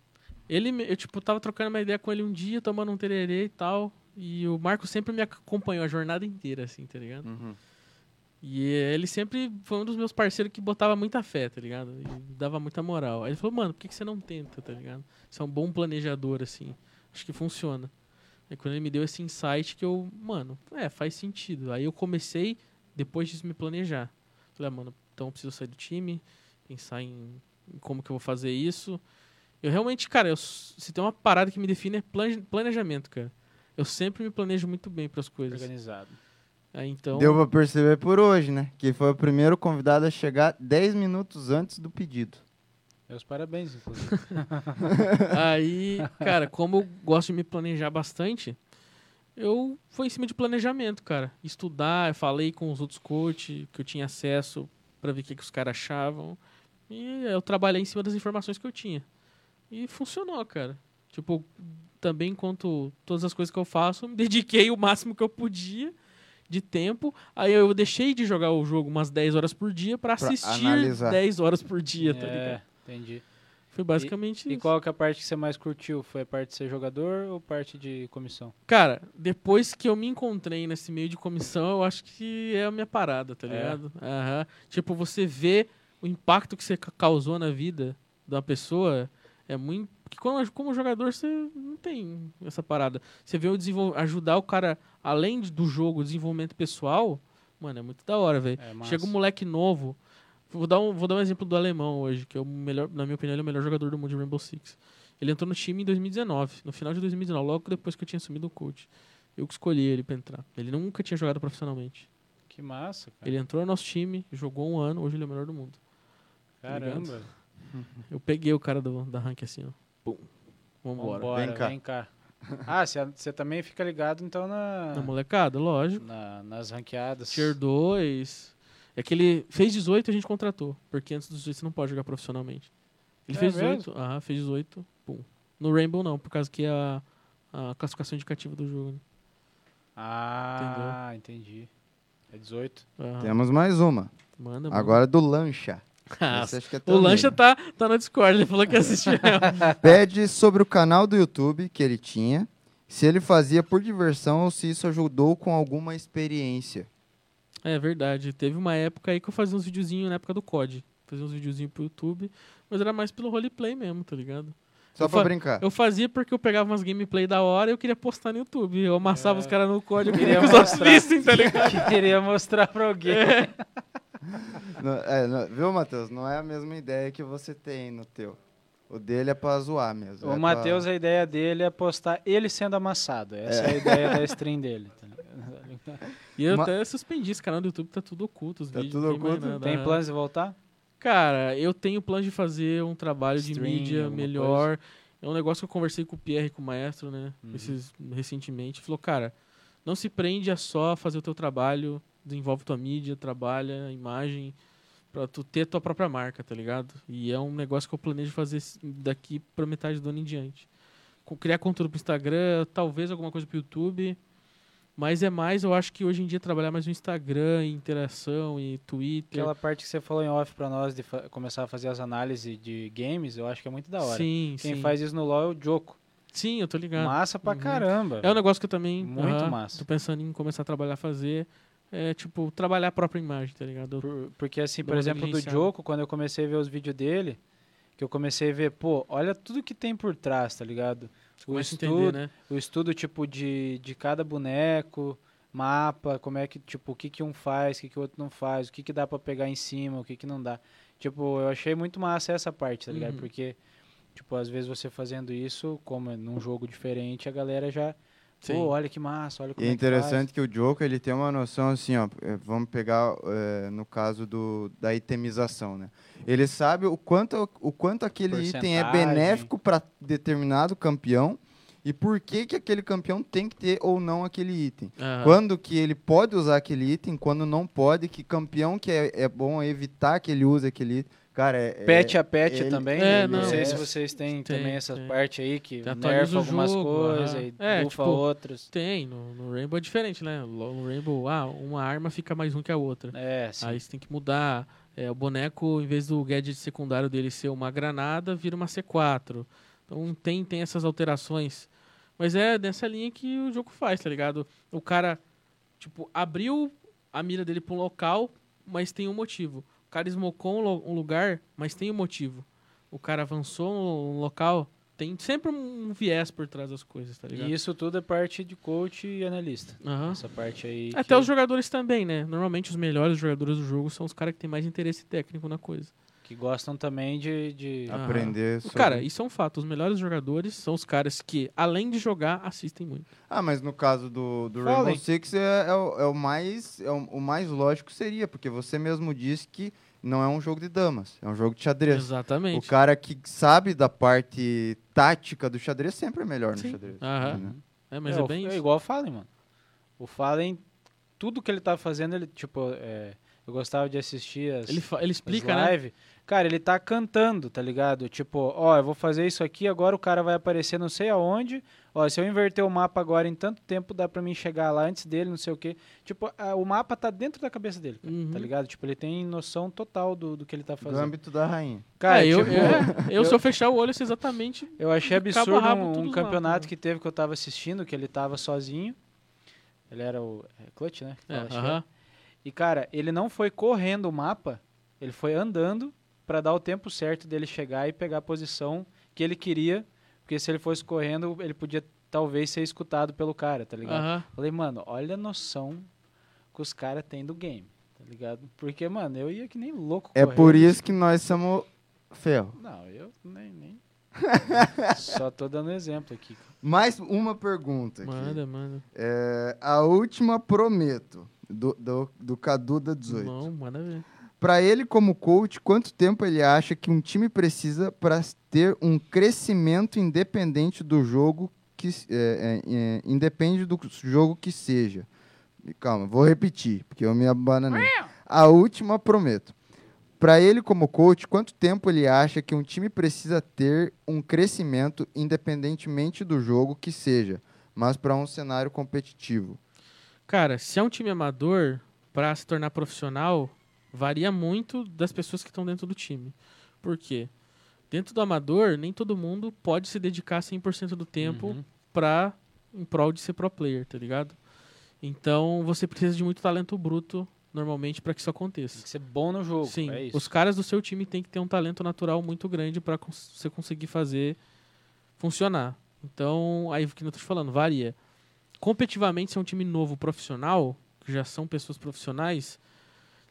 Ele, me- eu, tipo, tava trocando uma ideia com ele um dia, tomando um tererê e tal. E o Marco sempre me acompanhou a jornada inteira, assim, tá ligado? E eh, ele sempre foi um dos meus parceiros que botava muita fé, tá ligado? E dava muita moral. Aí ele falou, mano, por que, que você não tenta, tá ligado? Você é um bom planejador, assim. Acho que funciona. Aí quando ele me deu esse insight que eu, mano, é, faz sentido. Aí eu comecei, depois disso, me planejar. Falei, ah, mano, então eu preciso sair do time, pensar em, em como que eu vou fazer isso. Eu realmente, cara, eu, s- se tem uma parada que me define é plane- planejamento, cara. Eu sempre me planejo muito bem para as coisas. organizado. Aí, então, deu pra perceber por hoje, né? Que foi o primeiro convidado a chegar 10 minutos antes do pedido. Meus parabéns, inclusive. Aí, cara, como eu gosto de me planejar bastante, eu fui em cima de planejamento, cara. Estudar, eu falei com os outros coaches que eu tinha acesso pra ver o que, que os caras achavam. E eu trabalhei em cima das informações que eu tinha. E funcionou, cara. Tipo, também enquanto todas as coisas que eu faço, eu me dediquei o máximo que eu podia de tempo. Aí eu deixei de jogar o jogo umas 10 horas por dia pra Pra assistir analisar. 10 horas por dia, tá ligado? É, entendi. Foi basicamente E isso. qual que é a parte que você mais curtiu? Foi a parte de ser jogador ou parte de comissão? Cara, depois que eu me encontrei nesse meio de comissão, eu acho que é a minha parada, tá É? ligado? Aham. Tipo, você vê o impacto que você ca- causou na vida da pessoa é muito. Porque como, como jogador, você não tem essa parada. Você vê o desenvol... ajudar o cara, além de- do jogo, o desenvolvimento pessoal, mano, é muito da hora, velho. É, massa. Chega um moleque novo. Vou dar um, vou dar um exemplo do alemão hoje, que é o melhor, na minha opinião, ele é o melhor jogador do mundo de Rainbow Six. Ele entrou no time em 2019, no final de 2019, logo depois que eu tinha assumido o coach. Eu que escolhi ele pra entrar. Ele nunca tinha jogado profissionalmente. Que massa, cara. Ele entrou no nosso time, jogou um ano, hoje ele é o melhor do mundo. é Caramba. Eu peguei o cara do, da rank assim, ó. Pum. Vambora. Vambora, Vem cá. vem cá. Ah, você- você também fica ligado, então, na, Na molecada, lógico. na- nas ranqueadas. Tier 2. É que ele fez 18 e a gente contratou. Porque antes dos 18 você não pode jogar profissionalmente. Ele É fez mesmo? 18. Ah, fez 18. Pum. No Rainbow não, por causa que é a, a classificação indicativa do jogo. Né? Ah, entendi. É 18. Aham. Temos mais uma. Manda, manda. Agora do Lancha. Tá Ah, Esse acho que é teu o Lancha amigo. tá, tá na Discord, ele falou que assistiu. Pede sobre o canal do YouTube que ele tinha, se ele fazia por diversão ou se isso ajudou com alguma experiência. é verdade. Teve uma época aí que eu fazia uns videozinhos na época do COD. Fazia uns videozinhos pro YouTube, mas era mais pelo roleplay mesmo, tá ligado? Só Eu pra fa- brincar. Eu fazia porque eu pegava umas gameplay da hora e eu queria postar no YouTube. Eu amassava os caras no código, eu queria É. Queria que os outros mostrar. vissem, tá ligado? Queria mostrar pra alguém. É. Não, é, não- viu, Matheus? Não é a mesma ideia que você tem no teu. O dele é pra zoar mesmo. é O pra- Matheus, a ideia dele é postar ele sendo amassado. Essa é, a ideia da stream dele. tá ligado? E eu Ma- até suspendi esse canal do YouTube, tá tudo oculto. Os Tá vídeos, tudo não mais oculto? nada. Tem planos de voltar? Cara, eu tenho plano de fazer um trabalho de Stream, mídia alguma melhor. É um negócio que eu conversei com o Pierre, com o maestro, né? Uhum. Esses, recentemente. Falou, cara, não se prende a só fazer o teu trabalho, desenvolve tua mídia, trabalha, a imagem, pra tu ter tua própria marca, tá ligado? E é um negócio que eu planejo fazer s- daqui pra metade do ano em diante. Co- Criar conteúdo pro Instagram, talvez alguma coisa pro YouTube. Mas é mais, eu acho que hoje em dia trabalhar mais no Instagram, e interação e Twitter. Aquela parte que você falou em off pra nós de fa- começar a fazer as análises de games, eu acho que é muito da hora. Sim, Quem sim. faz isso no LoL é o Joko. Sim, eu tô ligado. Massa pra Uhum. caramba. É um negócio que eu também Muito aham, massa. tô pensando em começar a trabalhar, fazer. É, tipo, trabalhar a própria imagem, tá ligado? Por- porque assim, Dá por uma exemplo, do negligenciada. Joko, quando eu comecei a ver os vídeos dele, que eu comecei a ver, pô, olha tudo que tem por trás, tá ligado? O Começa a estudo, entender, né? o estudo tipo de, de cada boneco, mapa, como é que, tipo, o que que um faz, o que que o outro não faz, o que que dá pra pegar em cima, o que que não dá. Tipo, eu achei muito massa essa parte, tá ligado? Uhum. Porque tipo, às vezes você fazendo isso, como é num jogo diferente, a galera já, Sim. pô, olha que massa, olha E como é é que faz. interessante que o Joker ele tem uma noção assim, ó. eh, Vamos pegar eh, no caso do, da itemização, né? Ele sabe o quanto, o quanto aquele item é Porcentagem. benéfico para determinado campeão e por que, que aquele campeão tem que ter ou não aquele item. Aham. Quando que ele é pode usar aquele item, quando não pode, que campeão que é, é bom evitar que ele use aquele item. Cara, é. Patch é, a patch ele- também. né? É, não, não, sei é. se vocês têm Tem, também essa tem. parte aí que Você nerfa atualiza o algumas jogo, coisas aham. e É, bufa tipo- outras. Tem, no, no Rainbow é diferente, né? No no Rainbow, ah, uma arma fica mais ruim que a outra. É, assim. Aí tá você tem que mudar. É, o boneco, em vez do gadget secundário dele ser uma granada, vira uma C4. Então tem, tem essas alterações. Mas é nessa linha que o jogo faz, tá ligado? O cara, tipo, abriu a mira dele pra um local, mas tem um motivo. O cara esmocou um, lo- um lugar, mas tem um motivo. O cara avançou um, um local, tem sempre um viés por trás das coisas, tá ligado? e isso tudo é parte de coach e analista. Aham. Essa parte aí. que- Até os jogadores também, né? Normalmente os melhores jogadores do jogo são os caras que têm mais interesse técnico na coisa. que gostam também de. de- Ah, Aprender sobre... Cara, isso é um fato. Os melhores jogadores são os caras que, além de jogar, assistem muito. Ah, mas no caso do, do Fallen. Rainbow Six é, é o, é o mais, é o, o mais lógico seria, porque você mesmo disse que não é um jogo de damas, é um jogo de xadrez. O Exatamente. cara que sabe da parte tática do xadrez sempre é melhor no Sim. xadrez. Aham. né? É, mas é, é, o- bem é isso. igual o Fallen, mano. O Fallen, tudo que ele tá fazendo, ele, tipo, é, eu gostava de assistir as, Ele, fa- ele as explica, né? live. Cara, ele tá cantando, tá ligado? Tipo, ó, eu vou fazer isso aqui, agora o cara vai aparecer não sei aonde. Ó, se eu inverter o mapa agora em tanto tempo, dá pra mim chegar lá antes dele, não sei o quê. Tipo, a- o mapa tá dentro da cabeça dele, cara, Uhum. tá ligado? Tipo, ele tem noção total do, do que ele tá fazendo. Do é âmbito da rainha. Cara, É, eu, tipo, é, eu, eu- se eu fechar o olho, eu sei exatamente. eu achei Tudo absurdo cabo a rabo, um- tudo um, os mapas, campeonato né? que teve que eu tava assistindo, que ele tava sozinho. Ele era o é, Clutch, né? É, Acho que aham. E, cara, ele não foi correndo o mapa, ele foi andando pra dar o tempo certo dele chegar e pegar a posição que ele queria, porque se ele fosse correndo, ele podia talvez ser escutado pelo cara, tá ligado? aham. Falei, mano, olha a noção que os caras têm do game, tá ligado? Porque, mano, eu ia que nem louco É correndo. por isso que nós somos ferro. Não, eu nem... nem... Só tô dando um exemplo aqui. Mais uma pergunta aqui. Manda, manda. É, a última, prometo, do, do, do Cadu da 18. Não, manda ver. Para ele, como coach, quanto tempo ele acha que um time precisa para ter um crescimento independente do jogo que s- é, é, é, independe do jogo que seja? E Calma, vou repetir, porque eu me abananei. A última, prometo. Para ele, como coach, quanto tempo ele acha que um time precisa ter um crescimento independentemente do jogo que seja, mas para um cenário competitivo? Cara, se é um time amador, pra se tornar profissional, varia muito das pessoas que estão dentro do time. Por quê? Dentro do amador, nem todo mundo pode se dedicar 100% do tempo Uhum. pra, em prol de ser pro player, tá ligado? Então, você precisa de muito talento bruto, normalmente, pra que isso Tem aconteça. que ser bom no jogo, Sim, é isso. os caras do seu time têm que ter um talento natural muito grande para você conseguir fazer funcionar. Então, aí o que eu tô te falando, varia. Competitivamente, se é um time novo profissional, que já são pessoas profissionais,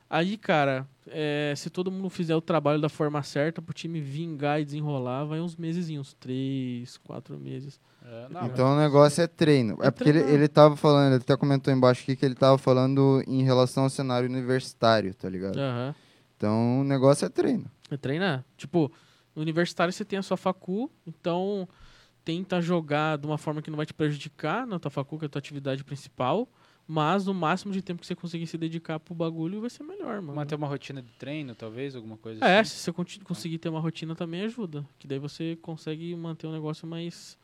aí, cara, é, se todo mundo fizer o trabalho da forma certa, pro time vingar e desenrolar, vai uns meses, uns três, quatro meses. É, não, Então o negócio é treino. É, É porque ele, treinar. ele tava falando, ele até comentou embaixo aqui que ele tava falando em relação ao cenário universitário, tá É. ligado? Aham. Então o negócio é treino. É treinar. Tipo, no universitário você tem a sua facu, então tenta jogar de uma forma que não vai te prejudicar na tua facu, que é a tua atividade principal, mas o máximo de tempo que você conseguir se dedicar pro bagulho vai ser melhor, mano. manter uma rotina de treino, talvez, alguma coisa É, assim. se você conti- conseguir ter uma rotina também ajuda, que daí você consegue manter um negócio mais...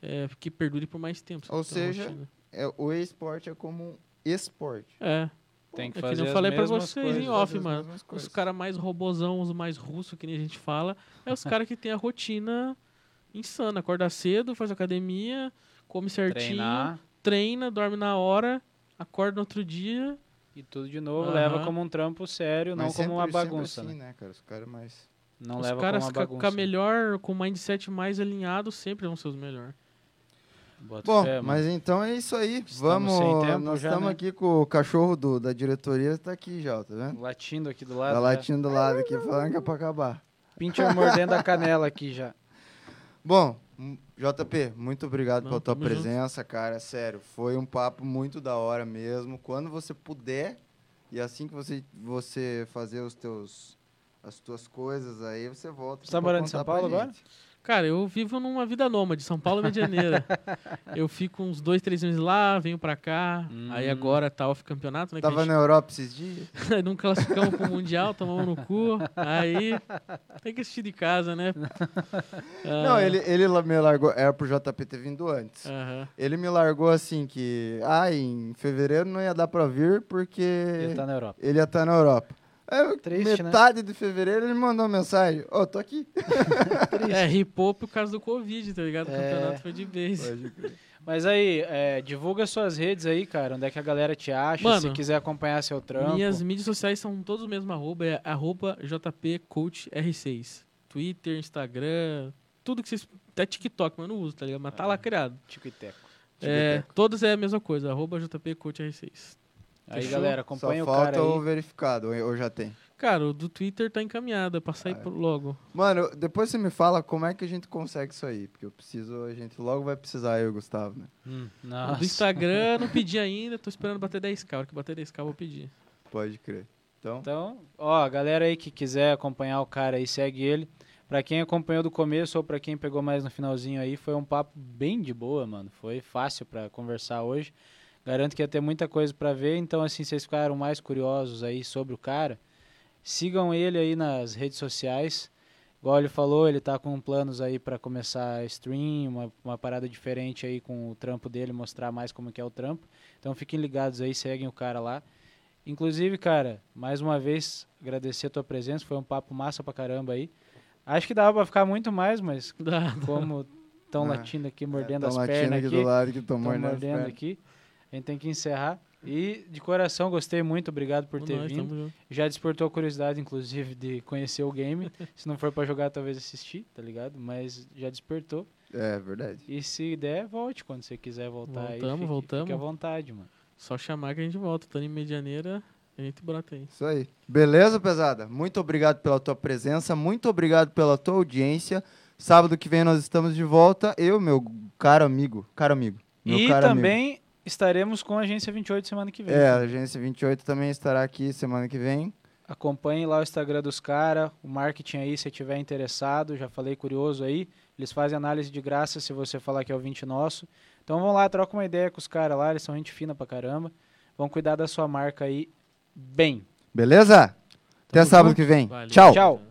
é, que perdure por mais tempo. você Ou tem uma seja, rotina. É, o esporte é como um esporte. É, Tem é que que fazer nem eu as falei pra mesmas vocês coisas. em off, mano. Os Os caras mais robozão, os mais russos, que nem a gente fala, é os caras que tem a rotina insana. Acorda cedo, faz academia, come certinho, Treinar treina, dorme na hora, acorda no outro dia. e tudo de novo, Aham. leva como um trampo sério, não como uma bagunça, assim, né? né? cara? Os caras mais... Não os leva como caras uma ca- com a bagunça. melhor, com o mindset mais alinhado, sempre vão ser os melhores. Bota Bom, fé, mano. mas então é isso aí. Estamos Vamos, sem tempo nós já, estamos né? aqui com o cachorro do- da diretoria, tá aqui já, ó, tá vendo? Latindo aqui do Tá lado. já. latindo do lado aqui, falando que é pra acabar. Pincher mordendo a canela aqui já. Bom, m- JP, muito obrigado Não, pela tua tamo junto. presença, cara. Sério, foi um papo muito da hora mesmo. Quando você puder e assim que você, você fazer os teus as tuas coisas aí, você volta. Você tá pra morando em contar São pra Paulo agora? gente. Cara, eu vivo numa vida nômade, São Paulo, Medianeira. eu fico uns dois, três meses lá, venho pra cá. Hum. Aí agora tá off campeonato, né? que a Tava gente na Europa esses dias? Aí não classificamos pro Mundial, tomamos no cu. Aí tem que assistir de casa, né? Ah, Não, ele, ele lá me largou. Era pro JP ter vindo antes. Ah. aham. Ele me largou assim que. Ah, em fevereiro não ia dar pra vir porque. Ele tá na Europa. Ele ia estar na Europa. Aí, Triste, né? metade de fevereiro ele me mandou uma mensagem. Ô, tô aqui. É, ripou por causa do Covid, tá ligado? O É. campeonato foi de base. Mas aí, é, divulga suas redes aí, cara. Onde é que a galera te acha? se Mano, quiser acompanhar seu trampo. Minhas mídias sociais são todos o mesmo arroba, é arroba jpcoachr6. Twitter, Instagram, tudo que vocês... Até TikTok, mas eu não uso, tá ligado? Mas tá lá criado. Tico e Teco. É, todas é a mesma coisa, arroba jpcoachr6. Aí, Fechou? galera, Só acompanha o falta cara aí. o verificado, ou ou já tem. Cara, o do Twitter tá encaminhada pra sair pro- logo. Mano, depois você me fala como é que a gente consegue isso aí. Porque eu preciso, a gente logo vai precisar, eu e o Gustavo, né? O Hum, do Nossa. Instagram eu não pedi ainda, tô esperando bater 10k. A hora que bater 10k eu vou pedir. Pode crer. Então, Então, ó, a galera aí que quiser acompanhar o cara aí, segue ele. Pra quem acompanhou do começo ou pra quem pegou mais no finalzinho aí, foi um papo bem de boa, mano. Foi fácil pra conversar hoje. Garanto que ia ter muita coisa pra ver, então assim, vocês ficaram mais curiosos aí sobre o cara, sigam ele aí nas redes sociais. Igual ele falou, ele tá com planos aí pra começar a stream, uma, uma parada diferente aí com o trampo dele, mostrar mais como que é o trampo. Então fiquem ligados aí, seguem o cara lá. Inclusive, cara, mais uma vez agradecer a tua presença, foi um papo massa pra caramba aí. Acho que dava pra ficar muito mais, mas Dá. como tão É, latindo aqui, mordendo tão as latindo pernas aqui aqui, do lado que tão tomou mordendo, mordendo pernas. aqui, a gente tem que encerrar. E de coração, gostei muito, obrigado por ter Nós, vindo. tamo junto. Já despertou a curiosidade, inclusive, de conhecer o game. se não for pra jogar, talvez assistir, tá ligado? Mas já despertou. É verdade. E se der, volte quando você quiser voltar aí. Voltamos, fique- voltamos. Fique à vontade, mano. Só chamar que a gente volta. Tando em Medianeira, a gente brota aí. Isso aí. Beleza, pesada? Muito obrigado pela tua presença, muito obrigado pela tua audiência. Sábado que vem nós estamos de volta. Eu, meu caro amigo, caro amigo. Meu e caro amigo. também estaremos com a Agência 28 semana que vem. É, a agência 28 também estará aqui semana que vem. Acompanhe lá o Instagram dos caras, o marketing aí, se tiver interessado, já falei curioso aí. Eles fazem análise de graça se você falar que é ouvinte nosso. Então vão lá, troca uma ideia com os caras lá, eles são gente fina pra caramba. Vão cuidar da sua marca aí bem. Beleza? Até sábado que vem. Valeu. Tchau. Tchau.